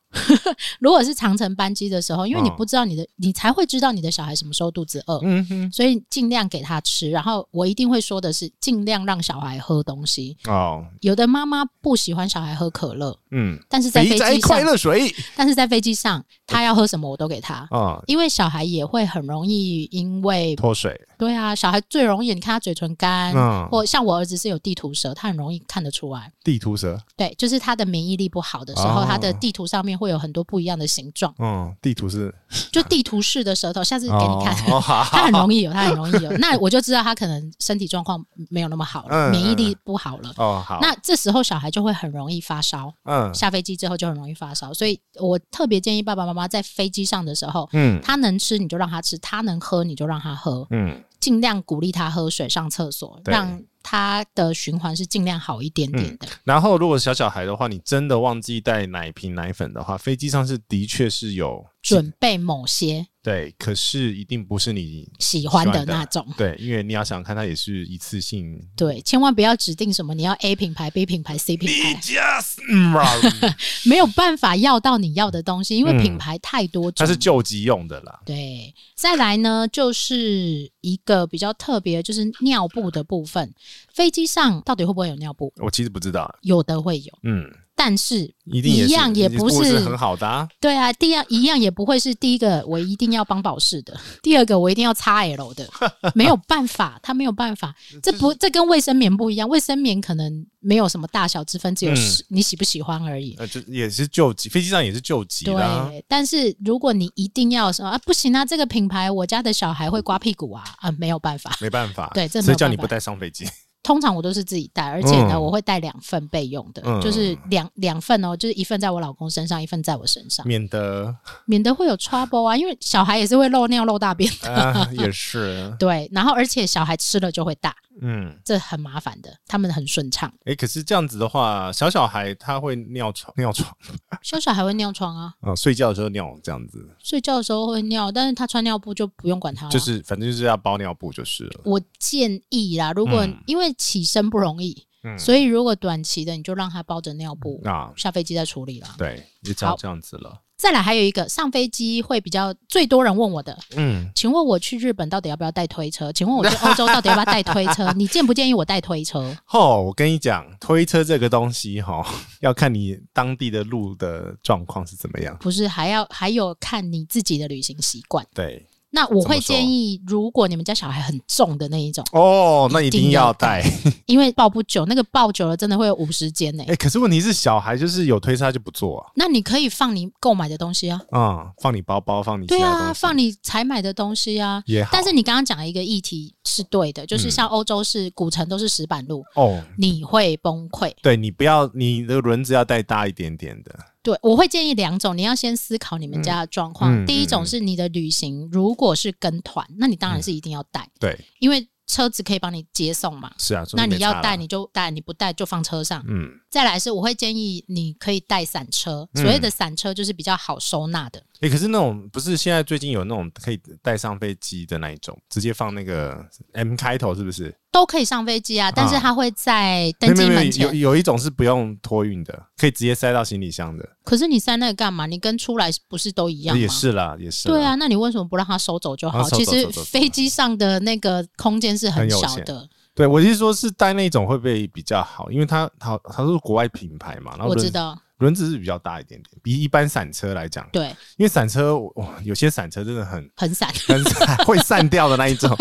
A: 如果是长程班机的时候，因为你
B: 嗯
A: 不知道你的，你才会知道你的小孩什么时候肚子饿。
B: 嗯哼，
A: 所以尽量给他吃。然后我一定会说的是，尽量让小孩喝东西。
B: 哦，
A: 有的妈妈不喜欢小孩喝可乐，
B: 嗯，
A: 但是在
B: 肥
A: 飞
B: 宅
A: 机
B: 快
A: 上，
B: 乐水
A: 但是在飞机上，他要喝什么我都给他。
B: 啊，
A: 因为小孩也会很容易，因为
B: 脱水，
A: 对啊，小孩最容易，你看他嘴唇干，
B: 嗯
A: 或像我儿子是有地图舌，他很容易看得出来。
B: 地图蛇，
A: 对，就是他的免疫力不好的时候，
B: 哦
A: 他的地图上面会有很多不一样的形状，
B: 嗯，地图是，
A: 就地图式的舌头，下次给你看。
B: 哦，好
A: 他
B: 好
A: 很容易有，他很容易有。那我就知道他可能身体状况没有那么好了，
B: 嗯
A: 免疫力不好了。
B: 哦，好，
A: 那这时候小孩就会很容易发烧，
B: 嗯
A: 下飞机之后就很容易发烧。所以我特别建议爸爸妈妈在飞机上的时候，
B: 嗯
A: 他能吃你就让他吃，他能喝你就让他喝，
B: 嗯
A: 尽量鼓励他喝水、上厕所，
B: 对
A: 让他的循环是尽量好一点点的。
B: 然后，如果小小孩的话，你真的忘记带奶瓶、奶粉的话，飞机上是的确是有
A: 准备某些
B: 对，可是一定不是你
A: 喜欢
B: 喜
A: 的
B: 欢的
A: 那 种。
B: 对，因为你要想想看，它也是一 次性。
A: 对，千万不要指定什么你要 A 品牌、B 品牌、C 品牌，
B: Yes，嗯
A: 没有办法要到你要的东西，因为品牌太多
B: 它
A: 种。
B: 是救急用的啦。
A: 对，再来呢，就是一个比较特别，就是尿布的部分。飞机上到底会不会有尿布？
B: 我其实不知道，
A: 有的会有，
B: 嗯，
A: 但是
B: 一定也是
A: 一样也不
B: 是
A: 是
B: 很好的、啊，
A: 对啊，第二一样也不会是第一个我一定要帮宝适 的，第二个我一定要 XL 的，没有办法，他没有办 法。这不，这跟卫生棉不一样，卫生棉可能没有什么大小之分，只有
B: 嗯
A: 喜你喜不喜欢而已。
B: 呃，就也是救急，飞机上也是救急啦、
A: 对，但是如果你一定要什么啊，不行啊，这个品牌我家的小孩会刮屁股啊，啊，没有办法。
B: 没办法，
A: 对这没有
B: 所以叫你
A: 办法
B: 不带上飞机。
A: 通常我都是自己带，而且呢，
B: 嗯
A: 我会带两份备用的，
B: 嗯
A: 就是两两份哦，就是一份在我老公身上，一份在我身上，
B: 免得
A: 免得会有 trouble 啊，因为小孩也是会漏尿漏大 便的，
B: 啊也是，
A: 对，然后而且小孩吃了就会大，
B: 嗯，
A: 这很麻烦的，他们很顺畅，
B: 哎，可是这样子的话，小小孩他会尿床，尿床
A: 小小孩会尿床啊，
B: 啊、睡觉的时候尿这样子，
A: 睡觉的时候会尿，但是他穿尿布就不用管他了。啊
B: 就是反正就是要包尿布就是了，
A: 我建议啦，如果、
B: 嗯
A: 因为起身不容易，
B: 嗯
A: 所以如果短期的，你就让他包着尿布，
B: 啊，
A: 下飞机再处理啦。
B: 对，也只好
A: 好
B: 这样子了，
A: 再来还有一个，上飞机会比较最多人问我的，
B: 嗯，
A: 请问我去日本到底要不要带推车？请问我去欧洲到底要不要带推 车？你建不建议我带推车？
B: 吼，我跟你讲，推车这个东西哈， 要看你当地的路的状况是怎么样。
A: 不是，还要还有看你自己的旅行习惯。
B: 对，
A: 那我
B: 怎么
A: 会
B: 说
A: 建议，如果你们家小孩很重的那一种，
B: 哦，那一
A: 定
B: 定要
A: 要
B: 带。
A: 因为抱不久，那个抱久了真的会有五十肩呢
B: 哎、。可是问题是，小孩就是有推车他就不做啊，
A: 那你可以放你购买的东西啊，
B: 嗯，放你包包，放你其
A: 对
B: 他
A: 啊，
B: 东西
A: 放你采买的东西啊。
B: 也好。
A: 但是你刚刚讲的一个议题是对的，就是
B: 嗯
A: 像欧洲是古城都是石板路，
B: 哦，
A: 你会崩溃。
B: 对你不要你的轮子要带大一点点的，
A: 对，我会建议两种，你要先思考你们家的状况。
B: 嗯
A: 第一
B: 嗯
A: 种
B: 嗯
A: 是你的旅行如果是跟团，那你当然是一定要带，
B: 对，
A: 因为车子可以帮你接送嘛。
B: 是啊。所以
A: 那你
B: 没差
A: 要
B: 啦
A: 带，你就带，你不带就放车上。
B: 嗯，
A: 再来是，我会建议你可以带伞车，所谓的伞车就是比较好收纳的。
B: 哎、可是那种不是现在最近有那种可以带上飞机的那一种，直接放那个 M 开头是不是？
A: 都可以上飞机啊，但是它会在登
B: 没
A: 机
B: 有没有
A: 门
B: 有
A: 前。
B: 有一种是不用托运的，可以直接塞到行李箱的。
A: 可是你塞那个干嘛？你跟出来不是都一样吗？
B: 也是啦，也是啦。
A: 对啊，那你为什么不让它收走就
B: 啊
A: 好？
B: 收走
A: 其
B: 收
A: 实
B: 走
A: 飞机上的那个空间是
B: 很
A: 很
B: 有
A: 小
B: 限
A: 的，
B: 对我是说，是带那种会不会比较好？因为它好，它是国外品牌嘛，然后
A: 我知
B: 轮
A: 道。
B: 轮子是比较大一点点，比一般散车来讲，
A: 对，
B: 因为散车哇，有些散车真的很
A: 很散，
B: 很散 会散掉的那一种。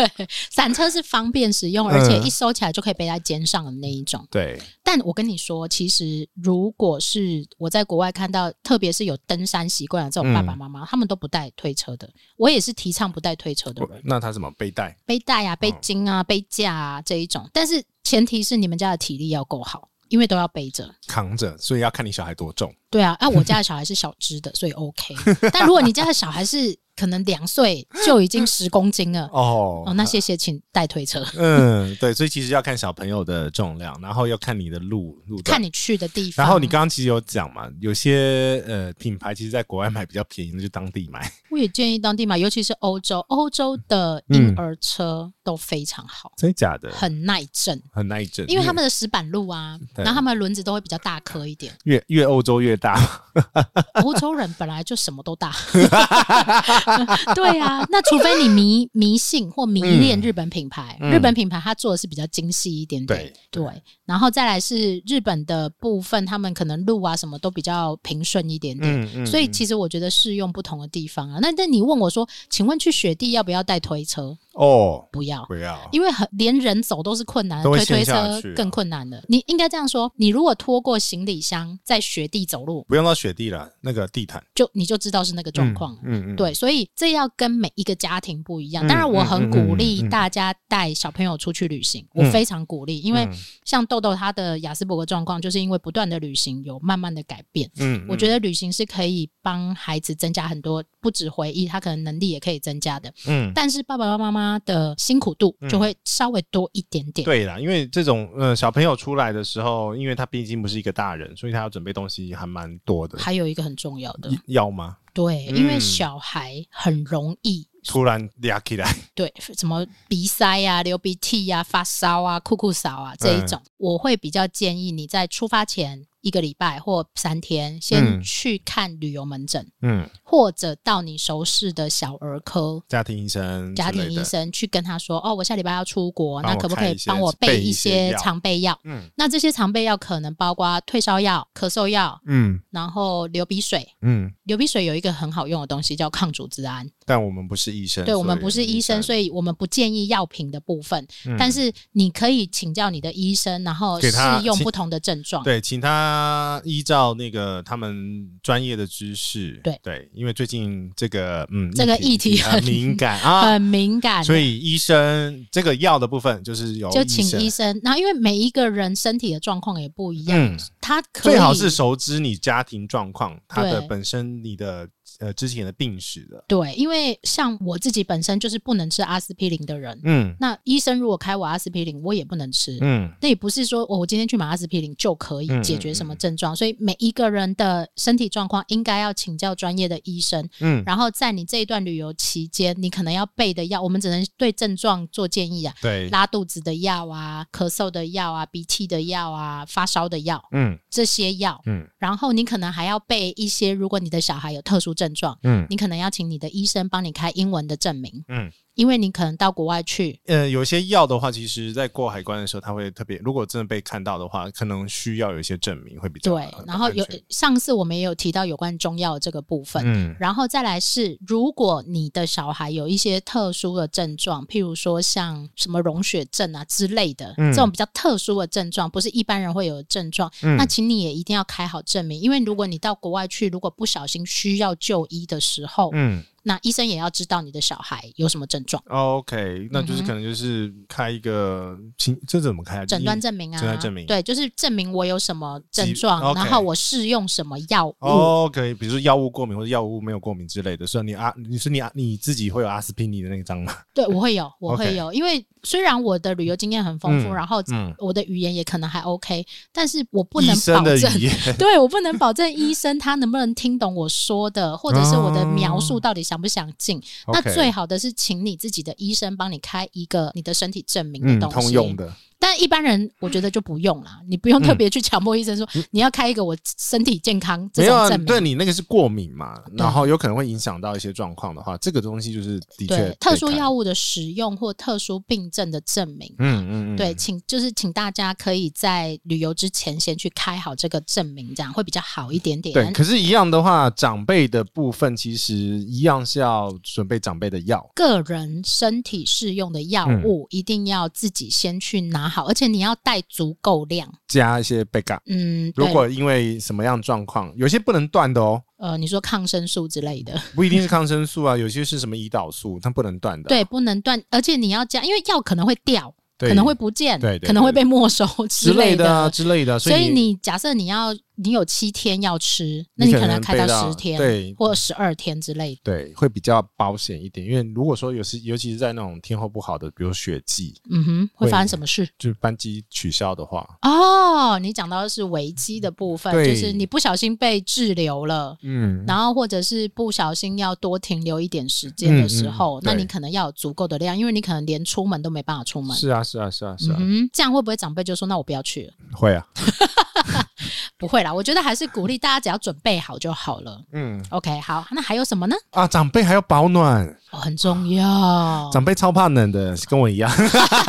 A: 散车是方便使用，
B: 嗯
A: 而且一收起来就可以背在肩上的那一种。
B: 对，
A: 但我跟你说，其实如果是我在国外看到，特别是有登山习惯的
B: 嗯
A: 这种爸爸妈妈，他们都不带推车的。我也是提倡不带推车的
B: 我
A: 人，
B: 那它什么背带？
A: 背带啊、背巾
B: 哦
A: 啊、背架啊这一种。但是前提是你们家的体力要够好，因为都要背着。
B: 扛着，所以要看你小孩多重。
A: 对啊，啊，我家的小孩是小只的，所以 OK。但如果你家的小孩是可能两岁就已经十公斤了，哦，
B: 哦，
A: 那谢谢，请带推车。
B: 嗯，对，所以其实要看小朋友的重量，然后要看你的路 路段
A: 看。你去的地方。
B: 然后你刚刚其实有讲嘛，有些呃品牌其实在国外买比较便宜，那就当地买。
A: 我也建议当地买，尤其是欧洲，欧洲的
B: 嗯
A: 婴儿车都非常好，
B: 真的假的？
A: 很耐震，
B: 很耐震，
A: 因为他们的石板路啊，
B: 对
A: 然后他们的轮子都会比较大颗一 点。
B: 越越欧洲越大，
A: 欧洲人本来就什么都 大，对啊，那除非你迷迷信或迷恋日本品牌，
B: 嗯
A: 日本品牌它做的是比较精细一点点，
B: 对
A: 对，然后再来是日本的部分，他们可能路啊什么都比较平顺一点点，
B: 嗯嗯
A: 所以其实我觉得适用不同的地方啊。那那你问我说，请问去雪地要不要带推车？
B: 哦，
A: 不要。
B: 不要，
A: 因为很连人走都是困难的，
B: 都会
A: 推推
B: 陷下
A: 车
B: 去啊
A: 更困难了。你应该这样说：你如果拖过行李箱在雪地走路，
B: 不用到雪地了，那个地毯
A: 就你就知道是那个状况了。
B: 嗯嗯，嗯，
A: 对，所以这要跟每一个家庭不一样。
B: 嗯
A: 当然，我很鼓
B: 嗯嗯
A: 励
B: 嗯嗯
A: 大家带小朋友出去旅行，
B: 嗯
A: 我非常鼓励，因为
B: 嗯
A: 像豆豆他的雅斯伯格状况，就是因为不断的旅行有慢慢的改变。
B: 嗯，嗯
A: 我觉，得旅行是可以帮孩子增加很多，不止回忆，他可能能力也可以增加的。
B: 嗯，
A: 但是爸爸妈妈的辛苦度就会稍微多一点点。
B: 对啦，因为这种呃小朋友出来的时候，因为他毕竟不是一个大人，所以他要准备东西还蛮多的，
A: 还有一个很重要的，
B: 要吗？
A: 对，因为
B: 嗯
A: 小孩很容易
B: 突然俩起来，
A: 对，什么鼻塞呀、流鼻涕呀、发烧啊、酷酷扫啊这
B: 嗯
A: 一种，我会比较建议你在出发前一个礼拜或三天，
B: 嗯
A: 先去看旅游门诊，
B: 嗯，
A: 或者到你熟识的小儿科。
B: 家庭医生嗯之类
A: 家
B: 的，
A: 庭医生去跟他说：“哦，我下礼拜要出国，
B: 帮
A: 那
B: 我
A: 可不
B: 开
A: 可以
B: 一些
A: 帮我备
B: 备一
A: 一
B: 些
A: 些
B: 药
A: 常备药？
B: 嗯，
A: 那这些常备药可能包括退烧药、咳嗽药，
B: 嗯
A: 然后流鼻水。
B: 嗯
A: 流鼻水有一个很好用的东西叫抗组织胺，
B: 但我们不是医生，
A: 对我们不是医生，
B: 嗯以
A: 所以我们不建议药品的部分，
B: 嗯
A: 但是你可以请教你的医生，然后
B: 给
A: 适
B: 他
A: 用
B: 请
A: 不同的症状。
B: 对，请他依照那个他们专业的知识，
A: 对
B: 对，因为最近这个嗯，
A: 这个议题
B: 比较
A: 很
B: 敏感啊
A: 很，敏感，
B: 所以医生这个药的部分就是由
A: 就请
B: 生
A: 医生。然后因为每一个人身体的状况也不一样，
B: 嗯，
A: 他可以
B: 最好是熟知你家庭状况，他的
A: 对
B: 本身你的呃之前的病史的，
A: 对，因为像我自己本身就是不能吃阿司匹林的人，
B: 嗯
A: 那医生如果开我阿司匹林，我也不能吃。
B: 嗯
A: 那也不是说、哦我今天去买阿司匹林就可以
B: 嗯
A: 解
B: 嗯
A: 决什么
B: 嗯
A: 症状，所以每一个人的身体状况应该要请教专业的医生。
B: 嗯，
A: 然后在你这一段旅游期间，你可能要备的药，我们只能对症状做建议啊，
B: 对，
A: 拉肚子的药啊，咳嗽的药啊，鼻涕的药啊，发烧的药
B: 嗯
A: 这些药。
B: 嗯
A: 然后你可能还要备一些，如果你的小孩有特殊症状，
B: 嗯
A: 你可能要请你的医生帮你开英文的证明，
B: 嗯。
A: 因为你可能到国外去，
B: 呃，有些药的话，其实在过海关的时候，他会特别，如果真的被看到的话，可能需要有一些证明会比较
A: 对。然后有
B: 啊安全
A: 上次我们也有提到有关中药这个部分，
B: 嗯
A: 然后再来是，如果你的小孩有一些特殊的症状，譬如说像什么溶血症啊之类的，
B: 嗯
A: 这种比较特殊的症状，不是一般人会有的症状，
B: 嗯
A: 那请你也一定要开好证明，因为如果你到国外去，如果不小心需要就医的时候，
B: 嗯
A: 那医生也要知道你的小孩有什么症状，
B: ，OK，那就是
A: 嗯哼
B: 可能就是开一个请这怎么开啊？
A: 诊断证明啊，
B: 诊断证明
A: 对，就是证明我有什么症
B: 疾
A: 状，
B: OK
A: 然后我适用什么药物。
B: 哦，可以，比如说药物过敏或者药物没有过敏之类的，所以你阿、你是你阿、你自己会有阿司匹林的那一张吗？
A: 对，我会有，我
B: OK
A: 会有，因为虽然我的旅游经验很丰富，
B: 嗯
A: 然后
B: 嗯
A: 我的语言也可能还 OK，但是我不
B: 医
A: 能
B: 生
A: 保
B: 的
A: 证
B: 语，言，
A: 对我不能保证医生他能不能听懂我说的，或者是我的描述到底详不详尽。那
B: 嗯 OK
A: 最好的是请你自己的医生帮你开一个你的身体证明
B: 嗯
A: 的东
B: 通
A: 西，
B: 用的，嗯
A: 但一般人我觉得就不用啦，你不用特别去强迫医生说、你要开一个我身体健康这
B: 没有
A: 种
B: 啊，
A: 证明。
B: 对你那个是过敏嘛，然后有可能会影响到一些状况的话，这个东西就是的确
A: 对特殊药
B: 物，
A: 物的使用或特殊病症的证明，
B: 嗯嗯嗯，
A: 对，请就是请大家可以在旅游之前先去开好这个证明，这样会比较好一点点。
B: 对。可是，一样的话，长辈的部分其实一样是要准备长辈的药，
A: 个人身体适用的药
B: 嗯
A: 物一定要自己先去拿好，而且你要带足够量。
B: 加一些 backup。
A: 嗯，
B: 如
A: 对
B: 果因为什么样状况，有些不能断的哦，
A: 呃，你说抗生素之类的，
B: 不一定是抗生素啊，有些是什么胰岛素，它不能断的。啊
A: 对，不能断，而且你要加，因为药可能会掉，
B: 对
A: 可能会不见，
B: 对对对
A: 可能会被没收 之
B: 之类
A: 类
B: 的啊之类的啊，
A: 所以
B: 以
A: 你假设你要你有七天要吃，那
B: 你
A: 你
B: 可
A: 可
B: 能
A: 能开
B: 备到
A: 十天，
B: 对
A: 或十二天之类的。
B: 对会比较保险一点，因为如果说有时尤其是在那种天候不好的，比如雪季，
A: 嗯哼，会
B: 会
A: 发生什么事？
B: 就是班机取消的话，
A: 哦，你讲到的是危机的部分，
B: 对
A: 就是你不小心被滞留了。
B: 嗯，
A: 然后，或者是不小心要多停留一点时间的时候，
B: 嗯嗯
A: 那
B: 对
A: 你可能要有足够的量，因为你可能连出门都没办法出门。
B: 是啊是啊是啊是
A: 嗯
B: 啊，
A: 哼，这样会不会长辈就说：“那我不要去了
B: 会啊，？”
A: 不会啦，我觉得还是鼓励大家只要准备好就好了。
B: 嗯
A: OK，好，那还有什么呢？
B: 啊，长辈还要保暖，
A: 哦、很重要。
B: 长辈超怕冷的，跟我一 样。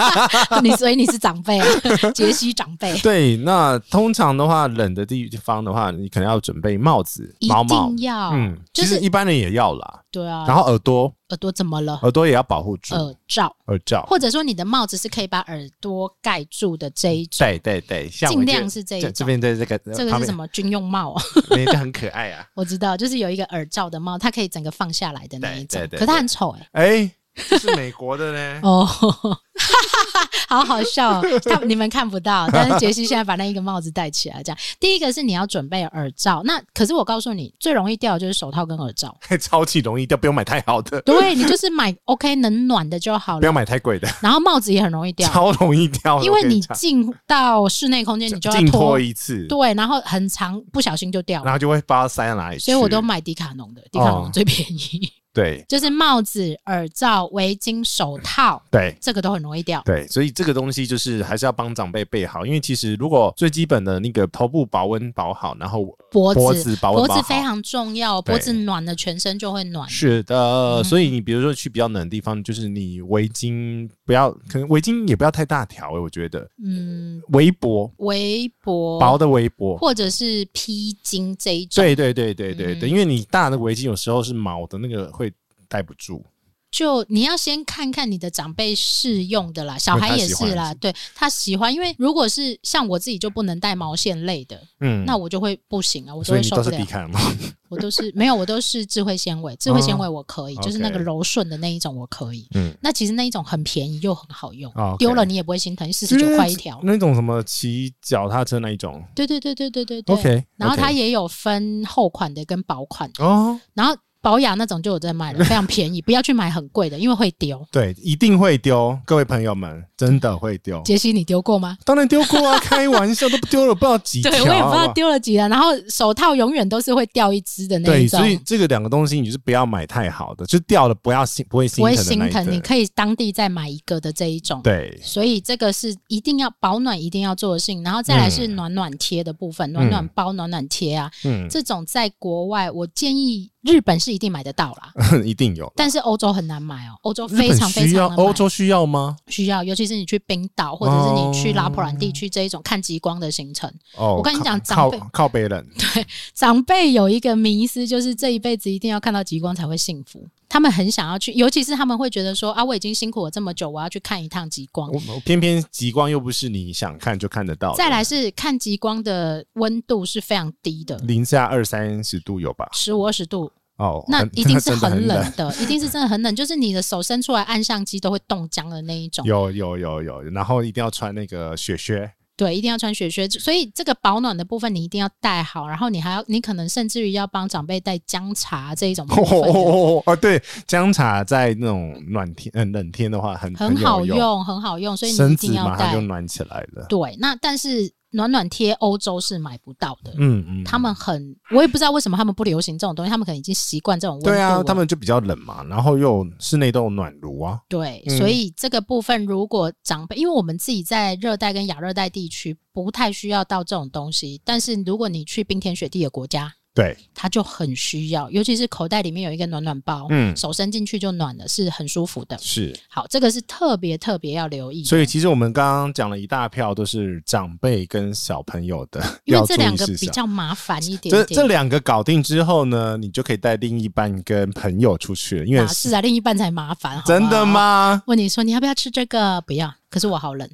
A: 你所以你是长 辈啊，杰西长辈，
B: 对，那通常的话，冷的地方的话，你可能要准备帽子、
A: 一
B: 毛毛
A: 定，要，
B: 嗯，
A: 就
B: 其实
A: 是
B: 一般人也要啦。
A: 对啊。
B: 然后耳朵，
A: 耳朵怎么了？
B: 耳朵也要保护住，
A: 耳罩，
B: 耳罩。
A: 或者说你的帽子是可以把耳朵盖住的这一种，
B: 对对对，像
A: 尽
B: 我这
A: 量是这一
B: 这这
A: 种。
B: 边的这个
A: 这个是什？么军用帽？啊
B: 旁边那个很可爱 啊。
A: 我知道，就是有一个耳罩的帽，它可以整个放下来的那一种
B: 对对，对
A: 可它很丑哎、
B: 哎，这是美国的呢。
A: 哦， 好好笑、哦，他你们看不到，但是杰西现在把那一个帽子戴起来，这样。第一个是你要准备耳罩，那可是我告诉你，最容易掉的就是手套跟耳罩。
B: 超级容易掉，不用买太好的，
A: 对你就是买 OK 能暖的就好
B: 不
A: 了
B: 要，买太贵的，
A: 然后帽子也很容易掉，
B: 超容易掉的。
A: 因为
B: 我跟
A: 你
B: 讲
A: 进到室内空间，你就要
B: 净
A: 脱
B: 脱，一次，
A: 对，然后很长，不小心就掉
B: 然
A: 了。
B: 后就会不知道塞到哪里去。
A: 所以我都买迪卡侬的，迪卡侬最便宜，
B: 对
A: 就是帽子、耳罩、围巾、手套，
B: 对。
A: 这个都很容易掉。
B: 对，所以这个东西就是还是要帮长辈备好，因为其实如果最基本的那个头部保温保好，然后
A: 脖
B: 脖
A: 子，
B: 子保温
A: 脖
B: 保
A: 子
B: 好，
A: 非常重要，
B: 对
A: 脖子暖了，全身就会暖。
B: 是
A: 嗯
B: 的。所以你比如说去比较冷的地方，就是你围巾不要，可能围巾也不要太大条、欸，我觉得
A: 嗯，
B: 围脖
A: 围脖
B: 薄的围脖，
A: 或者是披巾这一种，嗯
B: 对对对对对对，因为你大的围巾有时候是毛的那个会待不住。
A: 就你要先看看你的长辈适用的啦，小孩也是啦，对他喜欢，因为如果是像我自己就不能带毛线类的，
B: 嗯，
A: 那我就会不行啊，我就
B: 所以
A: 会
B: 你
A: 受
B: 都
A: 不
B: 是
A: 了
B: 低。看吗？
A: 我都是没有，我都是智慧纤维，智慧纤维我可以，
B: 哦 OK
A: 就是那个柔顺的那一种我可以。
B: 嗯，
A: 那其实那一种很便宜又很好用
B: 哦，，OK
A: 丢了你也不会心疼，四十九块一条。
B: 那种什么骑脚踏车那一种。
A: 对对对对对对对。
B: OK，
A: 然后它
B: OK
A: 也有分厚款的跟薄款，
B: 哦，
A: 然后保养那种就有在卖了，非常便宜，不要去买很贵的，因为会丢。
B: 对，一定会丢，各位朋友们，真的会丢。
A: 杰西，你丢过 吗？
B: 当然丢过啊，开玩笑都丢了不知道几 条，
A: 对，我也不知
B: 好
A: 道
B: 好
A: 丢了几了。然后手套永远都是会掉一只的那
B: 对，
A: 一种
B: 所，以这个两个东西你就是不要买太好的，就掉了不要心不会心
A: 我会
B: 疼的那
A: 心
B: 一
A: 疼。你
B: 个。
A: 可以当地再买一个的这一种。
B: 对，
A: 所以这个是一定要保暖，一定要做的事情。然后再来是
B: 嗯
A: 暖暖贴的部分，暖暖包、暖暖贴啊，
B: 嗯，
A: 这种在国外我建议日本是一定买得到啦，
B: 一定有。
A: 但是欧洲很难买哦，欧洲
B: 嗯日
A: 非
B: 本
A: 常非
B: 需要
A: 常，难
B: 欧
A: 买。
B: 洲需要吗？
A: 需要，尤其是你去冰岛或者是你去拉普兰地区这一种看极光的行程，
B: 哦，
A: 我跟你讲
B: 靠
A: 长辈
B: 靠靠北人，
A: 长辈有一个迷思，就是这一辈子一定要看到极光才会幸福。他们很想要去，尤其是他们会觉得说啊，我已经辛苦了这么久，我要去看一趟极光。
B: 我我偏偏极光又不是你想看就看得到的。
A: 再来是看极光的温度是非常低的，
B: 零下二三十度有吧？
A: 十五二十度，
B: 哦，
A: 那
B: 很
A: 一定是
B: 真的
A: 很
B: 很
A: 冷。的，一定是真的很冷，就是你的手伸出来按相机都会冻僵的那一种。
B: 有有有有，然后一定要穿那个雪靴，
A: 对，一定要 穿雪靴，所以这个保暖的部分你一定要带好，然后你还要，你可能甚至于要帮长辈带姜茶这一种部
B: 哦哦
A: 分。
B: 哦哦哦，对，姜茶在那种暖天、嗯冷天的话很
A: 很
B: 有
A: 好，用，很好用，所以你一
B: 身子
A: 定
B: 马
A: 要
B: 上
A: 带
B: 就。暖起来了。
A: 对，那但是暖暖贴欧洲是买不到的，
B: 嗯嗯，
A: 他们很，我也不知道为什么他们不流行这种东西，他们可能已经习惯这种温度了。
B: 对啊，他们就比较冷嘛，然后又有室内都有暖炉啊。
A: 对，
B: 嗯
A: 所以这个部分如果长辈，因为我们自己在热带跟亚热带地区不太需要到这种东西，但是如果你去冰天雪地的国家，
B: 对，
A: 它就很需要，尤其是口袋里面有一个暖暖包，
B: 嗯，
A: 手伸进去就暖了，是很舒服的。
B: 是。
A: 好，这个是特别特别要留意的，
B: 所以其实我们刚刚讲了一大票，都是长辈跟小朋友的
A: 因为
B: 要
A: 这
B: 注
A: 两
B: 意
A: 个
B: 事
A: 比
B: 项。
A: 较麻烦一点
B: 这这
A: 点。
B: 两个搞定之后呢，你就可以带另一半跟朋友出去了，因为
A: 哪是啊，另一半才麻烦，好不好
B: 真的？吗？
A: 问你说你要不要吃这个？不要，可是我好 冷。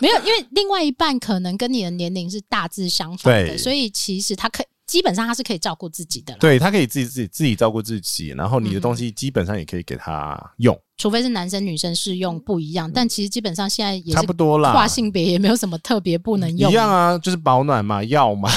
A: 没有，因为另外一半可能跟你的年龄是大致相反的，
B: 对
A: 所以其实他可基本上他是可以照顾自己的啦，
B: 对他可以自己自己自己照顾自己，然后你的
A: 嗯
B: 东西基本上也可以给他用，
A: 除非是男生女生适用不一样，但其实基本上现在也
B: 嗯差
A: 是
B: 不多啦，
A: 跨性别也没有什么特别不能
B: 一
A: 用。
B: 样啊，就是保暖嘛，药嘛。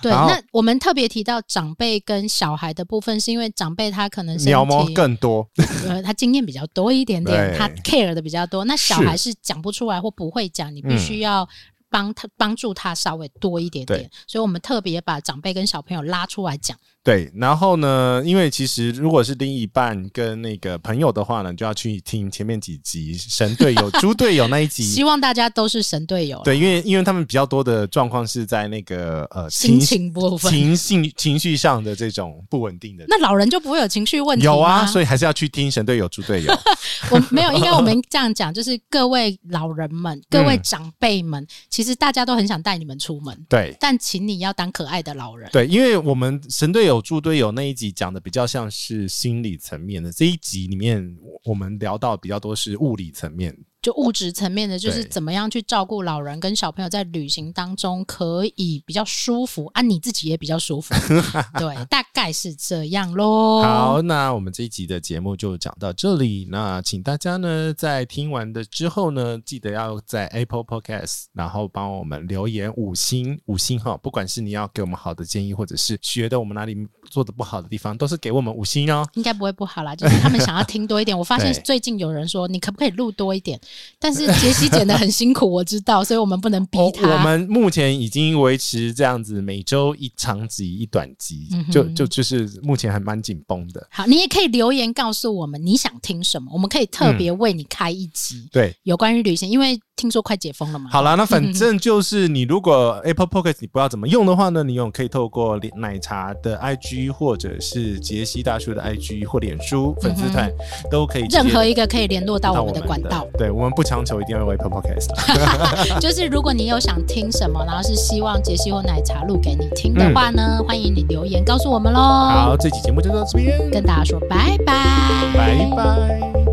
A: 对，
B: 然后
A: 那我们特别提到长辈跟小孩的部分，是因为长辈他可能身
B: 鸟猫
A: 体
B: 更多，
A: 呃他经验比较多一点点，
B: 对
A: 他 care 的比较多。那小孩是讲不出来或不会讲，你必须要帮他帮助他稍微多一点点
B: 嗯对。
A: 所以我们特别把长辈跟小朋友拉出来讲。
B: 对，然后呢，因为其实如果是另一半跟那个朋友的话呢，就要去听前面几集神队友、猪队友那一 集。
A: 希望大家都是神队友啦，
B: 嗯对，因为因为他们比较多的状况是在那个呃
A: 心
B: 情绪
A: 情部分。
B: 情绪情绪上的这种不稳定的。
A: 那老人就不会有情绪问题
B: 有啊，
A: 吗
B: 所以还是要去听神队友、猪队友。
A: 我没有，应该我 们这样讲，就是各位老人们、各
B: 嗯
A: 位长辈们，其实大家都很想带你们出门，
B: 对
A: 但请你要当可爱的老人。
B: 对，因为我们神队友、猪队友那一集讲的比较像是心理层面的，这一集里面我我们聊到比较多是物理层面。
A: 就物质层面的，就是
B: 对
A: 怎么样去照顾老人跟小朋友在旅行当中可以比较舒服，啊，你自己也比较 舒服，对，大概是这样喽。
B: 好，那我们这一集的节目就讲到这里。那请大家呢，在听完的之后呢，记得要在 Apple Podcast，然后帮我们留言五星五星哈。不管是你要给我们好的建议，或者是觉得我们哪里做的不好的地方，都是给我们五星哦。
A: 应该不会不好啦，就是他们想要听多一点。我发现
B: 对
A: 最近有人说，你可不可以录多一点？但是杰西剪的很辛苦，我知道，所以我们不能逼
B: 哦
A: 他。
B: 我们目前已经维持这样子，每周一长集一短集，
A: 嗯哼
B: 就就就是目前还蛮紧绷的。
A: 好，你也可以留
B: 嗯
A: 言告诉我们你想听什么，我们可以特别为你开一集、
B: 对，
A: 有关于旅行，因为听说快解封了嘛。
B: 好啦，那反正就是你如果 Apple Pocket 你不知道怎么用的话呢，你用可以透过奶茶的 IG 或者是杰西大叔的 IG 或脸书粉丝团、都可以直接
A: 嗯任何一个可以联络到
B: 到
A: 我们的管道，
B: 对我们不强求一定要用 Apple Podcast 啦。
A: 就是如果你有想听什么，然后是希望杰西或奶茶录给你听的话呢，欢迎你留言告诉我们喽。
B: 好，这期节目就到这边，
A: 跟大家说拜拜，
B: 拜拜。